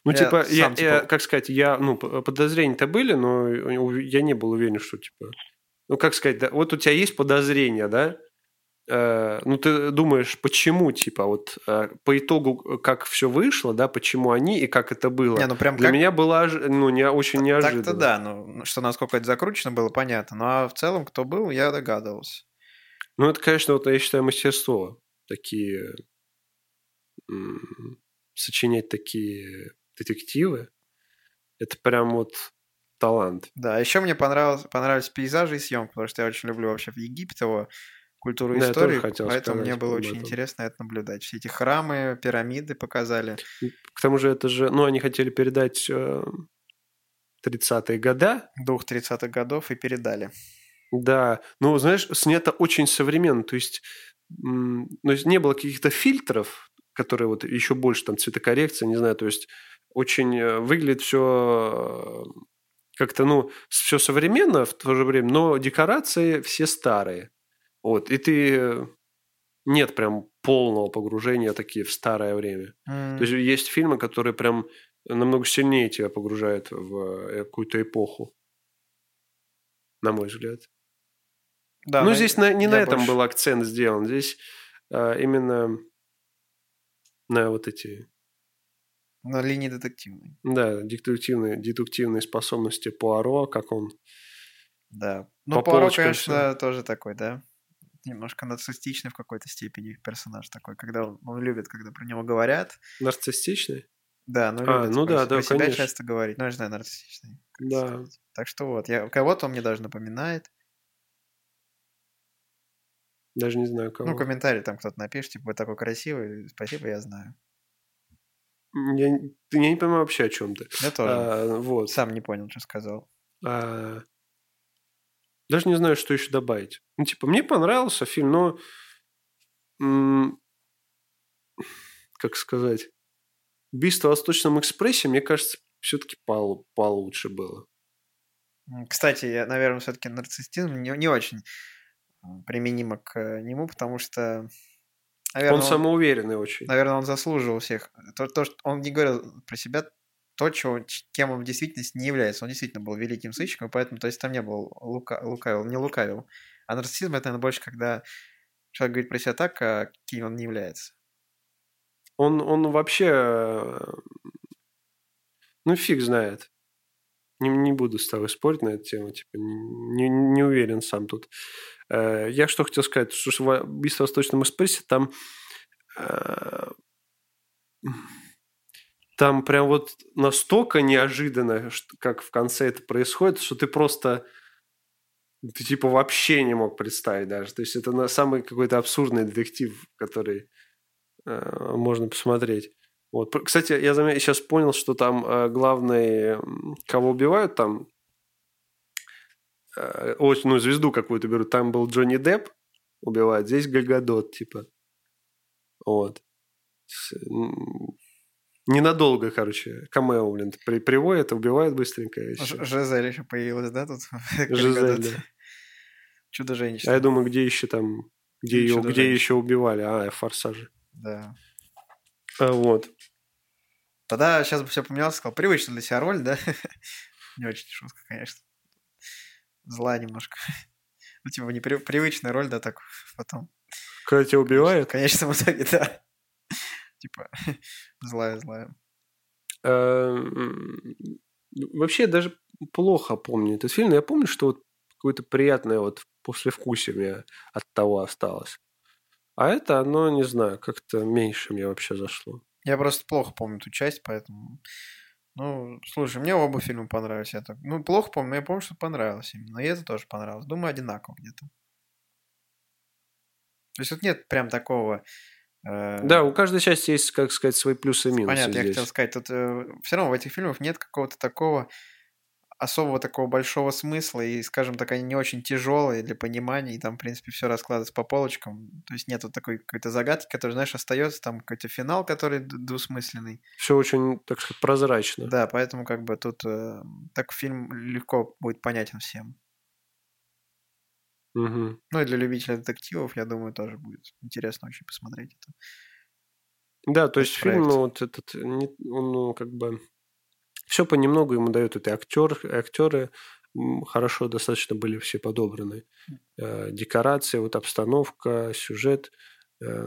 Ну,
Я
типа, я,
сам, типа-
я, как сказать, я, ну, п- подозрения-то были, но у- я не был уверен, что, типа... Ну, как сказать, да, вот у тебя есть подозрения, да? Э, ну, ты думаешь, почему, типа, вот э, по итогу, как все вышло, да, почему они и как это было.
Не, ну прям
Для
как...
меня было, ож- ну, не, очень неожиданно.
Так-то да, ну, что насколько это закручено было, понятно. Ну, а в целом, кто был, я догадывался.
Ну, это, конечно, вот я считаю мастерство. Такие... м, Сочинять такие детективы. Это прям вот талант.
Да, еще мне понравилось, понравились пейзажи и съемка, потому что я очень люблю вообще в Египте его культуру и
Да, я тоже
историю,
хотел
поэтому мне
сказать
было
об
очень
этом.
интересно это наблюдать. Все эти храмы, пирамиды показали.
К тому же это же, ну, они хотели передать э, 30-е года,
Дух 30-х годов и передали.
да, но, знаешь, снято очень современно, то есть, м, ну, есть не было каких-то фильтров, которые вот еще больше там цветокоррекция, не знаю, то есть очень э, выглядит все как-то, ну, все современно в то же время, но декорации все старые. Вот, и ты... э, Нет прям полного погружения такие в старое время.
М,
То есть есть фильмы, которые прям намного сильнее тебя погружают в э, какую-то эпоху. На мой взгляд.
да,
ну,
на-
здесь на- не на
я
этом
больше-
был акцент сделан. Здесь а, именно на вот эти,
На линии детективной.
да, дедуктивные, дедуктивные способности Пуаро, как он...
Да. Ну,
По
Пуаро,
полочкам
конечно, тоже такой, да. Немножко нарциссичный в какой-то степени персонаж такой, когда он, он любит, когда про него говорят.
Нарциссичный?
Да, но
А,
любит
ну
про,
да,
с-
да,
про себя
конечно.
часто говорить. Ну, я же знаю, нарциссичный. как
Да.
сказать. Так что вот, я, кого-то он мне даже напоминает.
Даже не знаю, кого.
Ну, комментарий там кто-то напишет, типа, вы такой красивый, спасибо, я знаю.
я, не- я не понимаю вообще, о чем ты.
Я тоже.
А, вот.
Сам не понял, что сказал.
А, даже не знаю, что еще добавить. Ну, типа, мне понравился фильм, но... м, как сказать? «Убийство в Восточном экспрессе», мне кажется, все-таки получше было.
М, Кстати, я, наверное, все-таки нарциссизм не, не очень м, применимо к э, нему, потому что... наверное,
Он самоуверенный очень.
Наверное, он заслуживал всех. То, то, что он не говорил про себя то, чего, ч- кем он в действительности не является. Он действительно был великим сыщиком, поэтому, то есть, там не был лука, лукавил, не лукавил. А нарциссизм это, наверное, больше, когда человек говорит про себя так, а каким он не является.
Он, он вообще... э, Ну, фиг знает. Не, не буду с тобой спорить на эту тему. Типа, не, не уверен сам тут. Э, Я что хотел сказать. Что ж, в «Убийстве в Восточном экспрессе» там... э, Там прям вот настолько неожиданно, что- как в конце это происходит, что ты просто... Ты типа вообще не мог представить даже. То есть это на- самый какой-то абсурдный детектив, который э, можно посмотреть. Вот. Пр- Кстати, я сейчас понял, что там э, главный, м, кого убивают, там э, очень, ну, звезду какую-то берут. Там был Джонни Депп убивает, здесь Гальгадот, типа. Вот. С- м, Ненадолго, короче, камео, блин, при- приводят, убивают быстренько. и всё.
А Ну, Ж- Жизель еще появилась, да, тут? [LAUGHS]
Жизель, да.
Чудо-женщина.
А я думаю, где еще там, где,
Или
ее,
что-то
где
женщина.
еще убивали? А, форсажи.
Да.
А, вот.
Тогда сейчас бы все поменялось, сказал, привычно для себя роль, да? [LAUGHS] Не очень шутка, конечно. Зла немножко. [LAUGHS] Ну, типа, не при- привычная роль, да, так потом
Когда тебя убивают,
[LAUGHS] В конечном итоге, да. Типа, [LAUGHS] злая, злая.
Эм, Вообще я даже плохо помню этот фильм, но я помню, что вот какое-то приятное вот послевкусие у меня от того осталось. А это оно, не знаю, как-то меньше мне вообще зашло.
Я просто плохо помню ту часть, поэтому... Ну, слушай, мне оба фильма понравились. Я так... Ну, плохо помню, но я помню, что понравилось им. Но и это тоже понравилось. Думаю, одинаково где-то. То есть вот нет прям такого... э,
Да, у каждой части есть, как сказать, свои плюсы и минусы
Понятно, я
здесь.
хотел сказать, тут все равно в этих фильмах нет какого-то такого особого такого большого смысла, и, скажем так, они не очень тяжелые для понимания, и там, в принципе, все раскладывается по полочкам. То есть нет вот такой какой-то загадки, который, знаешь, остается, там какой-то финал, который д- двусмысленный.
Все очень, так сказать, прозрачно.
Да, поэтому как бы тут э, так фильм легко будет понятен всем.
Мгм.
Ну и для любителя детективов, я думаю, тоже будет интересно очень посмотреть это.
Да, то есть
проект.
фильм, ну, вот этот, не- он ну, как бы все понемногу ему дают. Это актер, актеры м, хорошо достаточно были все подобраны. Э, Декорации, вот обстановка, сюжет. Э,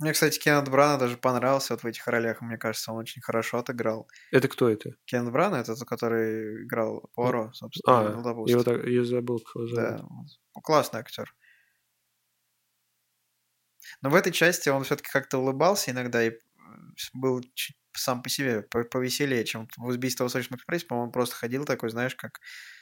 Мне, кстати, Кеннет Брана даже понравился вот в этих ролях. Мне кажется, он очень хорошо отыграл.
Это кто это?
Кен Брана, это тот, который играл Пуаро, собственно,
А,
Златопуст.
его так- я забыл, кого зовут.
Да, он с- классный актер. Но в этой части он все-таки как-то улыбался иногда и э, с- был чуть сам по себе по- повеселее, чем в «Убийстве в Восточном экспрессе», по-моему, он просто ходил такой, знаешь, как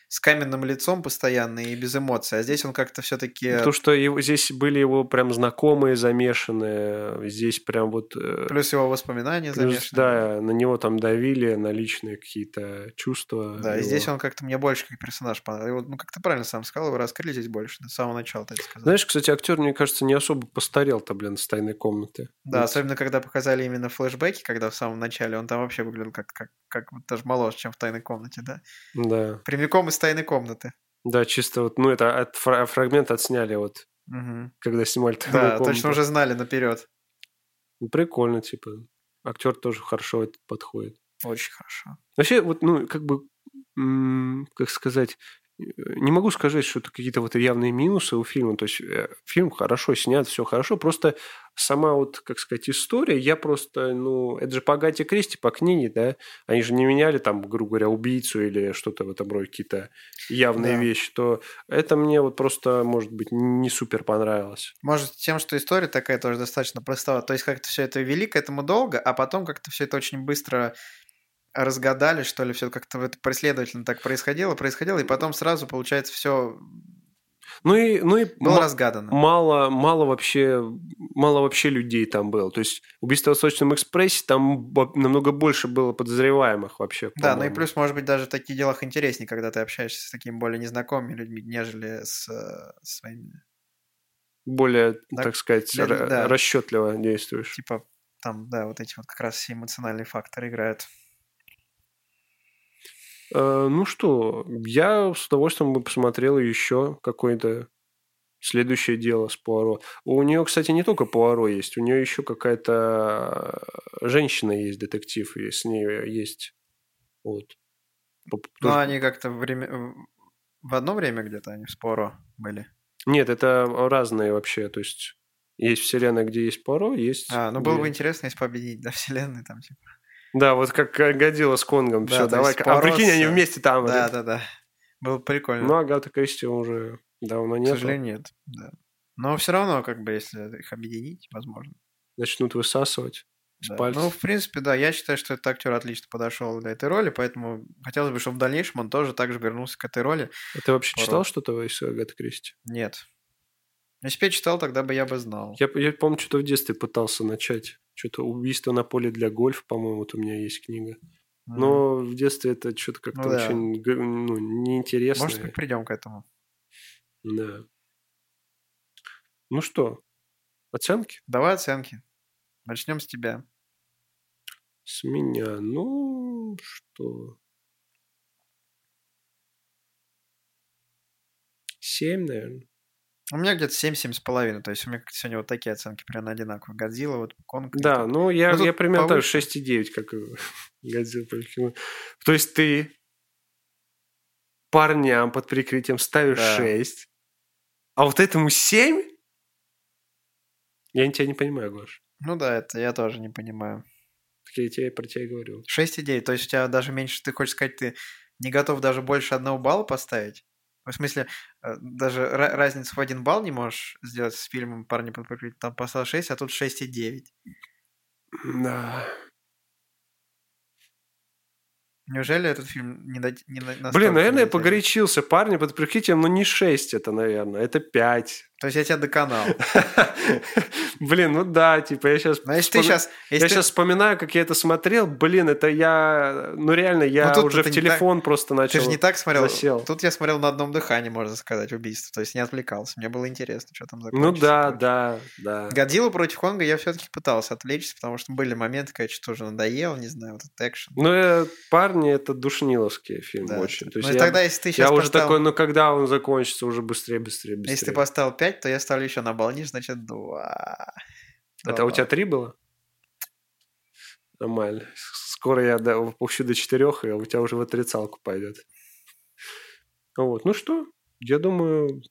с каменным лицом постоянно и без эмоций. А здесь он как-то все-таки...
Ну, То, что его- здесь были его прям знакомые замешанные, здесь прям вот... э,
Плюс его воспоминания
плюс,
замешаны.
да, на него там давили, на личные какие-то чувства.
Да, и
его.
здесь он как-то мне больше как персонаж понравился. Его, Ну, как ты правильно сам сказал, его раскрыли здесь больше. С самого начала ты это сказал.
Знаешь, кстати, актер, мне кажется, не особо постарел-то, блин, с тайной комнаты.
Да,
Вот.
особенно когда показали именно флешбеки, когда в самом начале он там вообще выглядел как, как, как вот даже моложе, чем в тайной комнате, да?
Да.
Прямиком из тайной комнаты.
Да, чисто вот, ну, это от фра- фрагмент отсняли вот
Мгм.
когда снимали вторую
Да,
комнату.
точно уже знали наперед.
Ну, Прикольно, типа. Актер тоже хорошо это подходит.
Очень хорошо.
Вообще, вот, ну, как бы, м, как сказать, э, не могу сказать, что это какие-то вот явные минусы у фильма. То есть э, фильм хорошо снят, все хорошо. Просто сама вот, как сказать, история, я просто, ну, это же по Агате Кристи, по книге, да? Они же не меняли там, грубо говоря, убийцу или что-то в этом роде, какие-то явные
Да.
вещи. То это мне вот просто, может быть, не супер понравилось.
Может, тем, что история такая тоже достаточно простая. То есть как-то все это вели к этому долго, а потом как-то все это очень быстро разгадали, что ли, все как-то вот преследовательно так происходило, происходило, и потом сразу, получается, все
Ну и, ну и
было
ма-
разгадано.
мало, мало вообще, мало вообще людей там было. То есть убийство в Восточном экспрессе там бо- намного больше было подозреваемых вообще.
Да, ну и
по-моему.
плюс, может быть, даже в таких делах интереснее, когда ты общаешься с такими более незнакомыми людьми, нежели с э, своими,
более,
Так,
так, сказать,
для-
ра-
да.
расчетливо действуешь.
типа, там, да, вот эти вот как раз все эмоциональные факторы играют.
Э, ну что, я с удовольствием бы посмотрел еще какое-то следующее дело с Пуаро. У нее, кстати, не только Пуаро есть, у нее еще какая-то э, женщина есть, детектив, и с ней есть. Вот. По-
Ну,
тоже-
они как-то время... в- в одно время где-то они в споро были.
Нет, это разные вообще. То есть есть вселенная, где есть Пуаро, есть...
А, ну
где-
было бы интересно, если победить, да, [LAUGHS] вселенной там, типа.
Да, вот как Годила с Конгом.
Да,
Все,
то
давай.
есть
А
Пуаро
прикинь,
с-
они вместе там. вот
Да,
это.
да, да. Было бы прикольно.
Ну, Агата Кристи уже давно
К
нет.
сожалению, нет. Да. Но все равно, как бы, если их объединить, возможно.
Начнут высасывать. С
Да.
пальцев.
Ну, в принципе, да, я считаю, что этот актер отлично подошел для этой роли, поэтому хотелось бы, чтобы в дальнейшем он тоже так же вернулся к этой роли.
А ты вообще
Пуаро.
читал что-то из Агаты Кристи?
Нет. Если бы я читал, тогда бы я бы знал.
Я, я помню, что-то в детстве пытался начать. Что-то убийство на поле для гольф, по-моему, вот у меня есть книга.
Мгм.
Но в детстве это что-то как-то
Ну да.
очень г- ну, неинтересно.
Может, мы придем к этому.
Да. Ну что, оценки?
Давай оценки. Начнем с тебя.
С меня, ну, что? Семь, наверное.
У меня где-то 7-7,5, с половиной, то есть у меня как-то сегодня вот такие оценки примерно одинаковые. Годзилла, вот Конг. и
Да,
тут.
ну, я,
Ну, тут
я примерно так
повыше.
же 6,9, как и [LAUGHS] Годзилла против Кинг. То есть ты парням под прикрытием ставишь
Да.
6, а вот этому 7? Я тебя не понимаю, Гош.
Ну да, это я тоже не понимаю.
Так я тебе про тебя и говорю.
6 идей, то есть у тебя даже меньше, ты хочешь сказать, ты не готов даже больше одного балла поставить? В смысле, э, даже ра- разницу в один балл не можешь сделать с фильмом «Парни под прикрытием». Там поставил 6, а тут 6,9.
Да.
Неужели этот фильм не, дот- не на- настолько
Блин,
не
наверное, я
дотягивает?
погорячился. Парни под прикрытием, но не 6 это, наверное. Это 5.
То есть я
[LAUGHS]
тебя доконал.
Блин, ну да, типа я сейчас...
Но если ты сейчас...
Я сейчас вспоминаю, как я это смотрел. Блин, это я... Ну реально, я
Ну, тут-то
уже
ты
в
не
телефон просто
Ты
начал...
же не так смотрел.
засел.
Тут я смотрел на одном дыхании, можно сказать, убийство. То есть не отвлекался. Мне было интересно, что там
Ну
закончится.
да, да, да.
Годзиллу против Конга я все-таки пытался отвлечься, потому что были моменты, когда что-то уже надоело, не знаю, вот этот экшен.
Ну, э, парни, это душниловский фильм
Да.
очень. То
Ну
есть
и
я,
тогда, если ты
я
сейчас
уже
поставил...
такой, ну когда он закончится, уже быстрее, быстрее, быстрее.
Если ты поставил 5, то я ставлю еще на балл ниже, значит 2.
Это у тебя три было? Нормально. Скоро я да, упущу до четырех, и у тебя уже в отрицалку пойдет. Вот. Ну что, я думаю,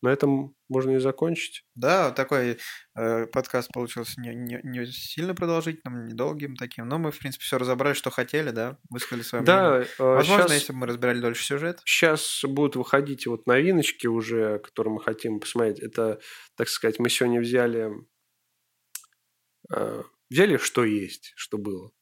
на этом можно и закончить.
Да, вот такой э, подкаст получился не, не- не сильно продолжительным, недолгим таким, но мы, в принципе, все разобрали, что хотели, да, высказали свое мнение.
Да, э,
Возможно,
сейчас,
если бы мы разбирали дольше сюжет.
сейчас будут выходить вот новиночки уже, которые мы хотим посмотреть. Это, так сказать, мы сегодня взяли... э, взяли, что есть, что было.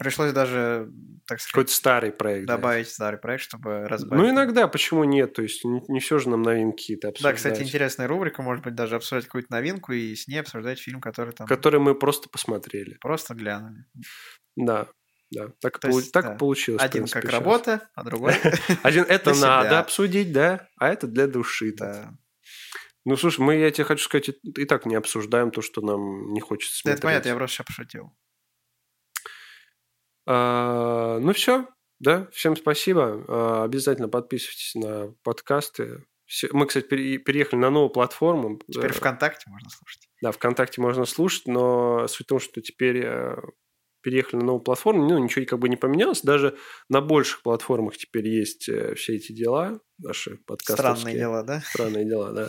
Пришлось даже, так сказать,
Какой-то старый проект. взять.
добавить старый проект, чтобы разбавить.
Ну, иногда, почему нет? То есть, не, все же нам новинки какие-то
Да,
обсуждать.
кстати, интересная рубрика, может быть, даже обсуждать какую-то новинку и с ней обсуждать фильм, который там
Которые мы просто посмотрели.
просто глянули.
Да, да. Так, и
То
полу-
есть,
так
да.
и получилось. в
Один
принципе,
как
щас.
работа, а другой...
[LAUGHS]
[LAUGHS]
Один это
для себя.
надо обсудить, да, а это для души. тут.
Да.
Ну, слушай, мы, я тебе хочу сказать, и- и так не обсуждаем то, что нам не хочется
Да,
смотреть.
это понятно, я просто сейчас пошутил.
А, ну, все. Да, всем спасибо. А, обязательно подписывайтесь на подкасты. Всё- Мы, кстати, пере- переехали на новую платформу.
Теперь
Э,
ВКонтакте можно слушать.
Да, ВКонтакте можно слушать, но суть в том, что теперь э, переехали на новую платформу, ну, ничего как бы не поменялось. Даже на больших платформах теперь есть э, все эти дела, наши подкастовские.
Странные дела, да?
Странные дела, да.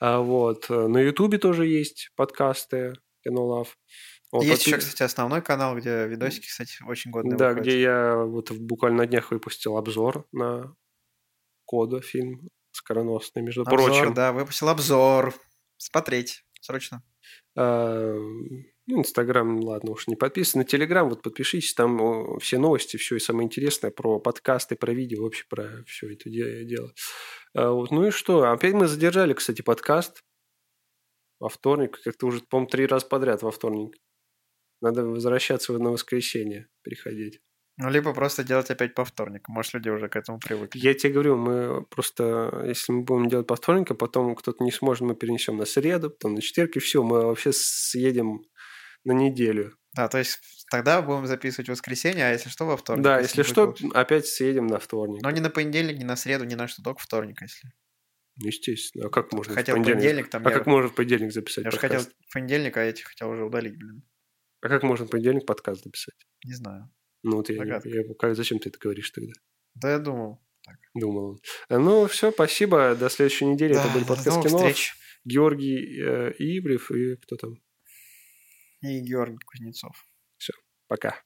А, вот. э, На Ютубе тоже есть подкасты «Кинолав». Вот,
Есть
а
еще,
ты-
кстати, основной канал, где видосики, кстати, очень годные
Да,
выходят.
где я вот в- буквально на днях выпустил обзор на «Кода», фильм скороносный, между
Обзор,
прочим.
Да, выпустил обзор. Смотреть. Срочно.
А, ну, Инстаграм, ладно, уж не подписан. На Телеграм вот подпишитесь, там о, все новости, все и самое интересное про подкасты, про видео, вообще про все это де- дело. А, вот, ну и что? Опять мы задержали, кстати, подкаст во вторник. Как-то уже, по-моему, три раза подряд во вторник. Надо возвращаться на воскресенье, приходить.
Ну, либо просто делать опять по вторникам. Может, люди уже к этому привыкли.
Я тебе говорю, мы просто, если мы будем делать по вторникам, потом кто-то не сможет, мы перенесем на среду, потом на четверг, и все, мы вообще съедем на неделю.
Да, то есть тогда будем записывать в воскресенье, а если Ну, что, во вторник.
Да, если
будет
что,
лучше.
опять съедем на вторник.
Но не на понедельник, не на среду, не на что, только вторник, если.
Ну, Естественно. А как можно в
хотел
понедельник?
понедельник, там
А
я-
как можно в понедельник записать
Я же хотел
подкаст?
в понедельник, а эти хотел уже удалить, блин.
А как можно в понедельник подкаст записать?
Не знаю.
Ну вот я, не-
Загадка.
я- как, зачем ты это говоришь тогда?
Да, я думал.
Думал он. А, Ну, все, спасибо. До следующей недели.
Да,
это был
до
подкаст
новых
кино.
встреч.
Георгий э, Ивлев и кто там.
И Георгий Кузнецов.
Пока.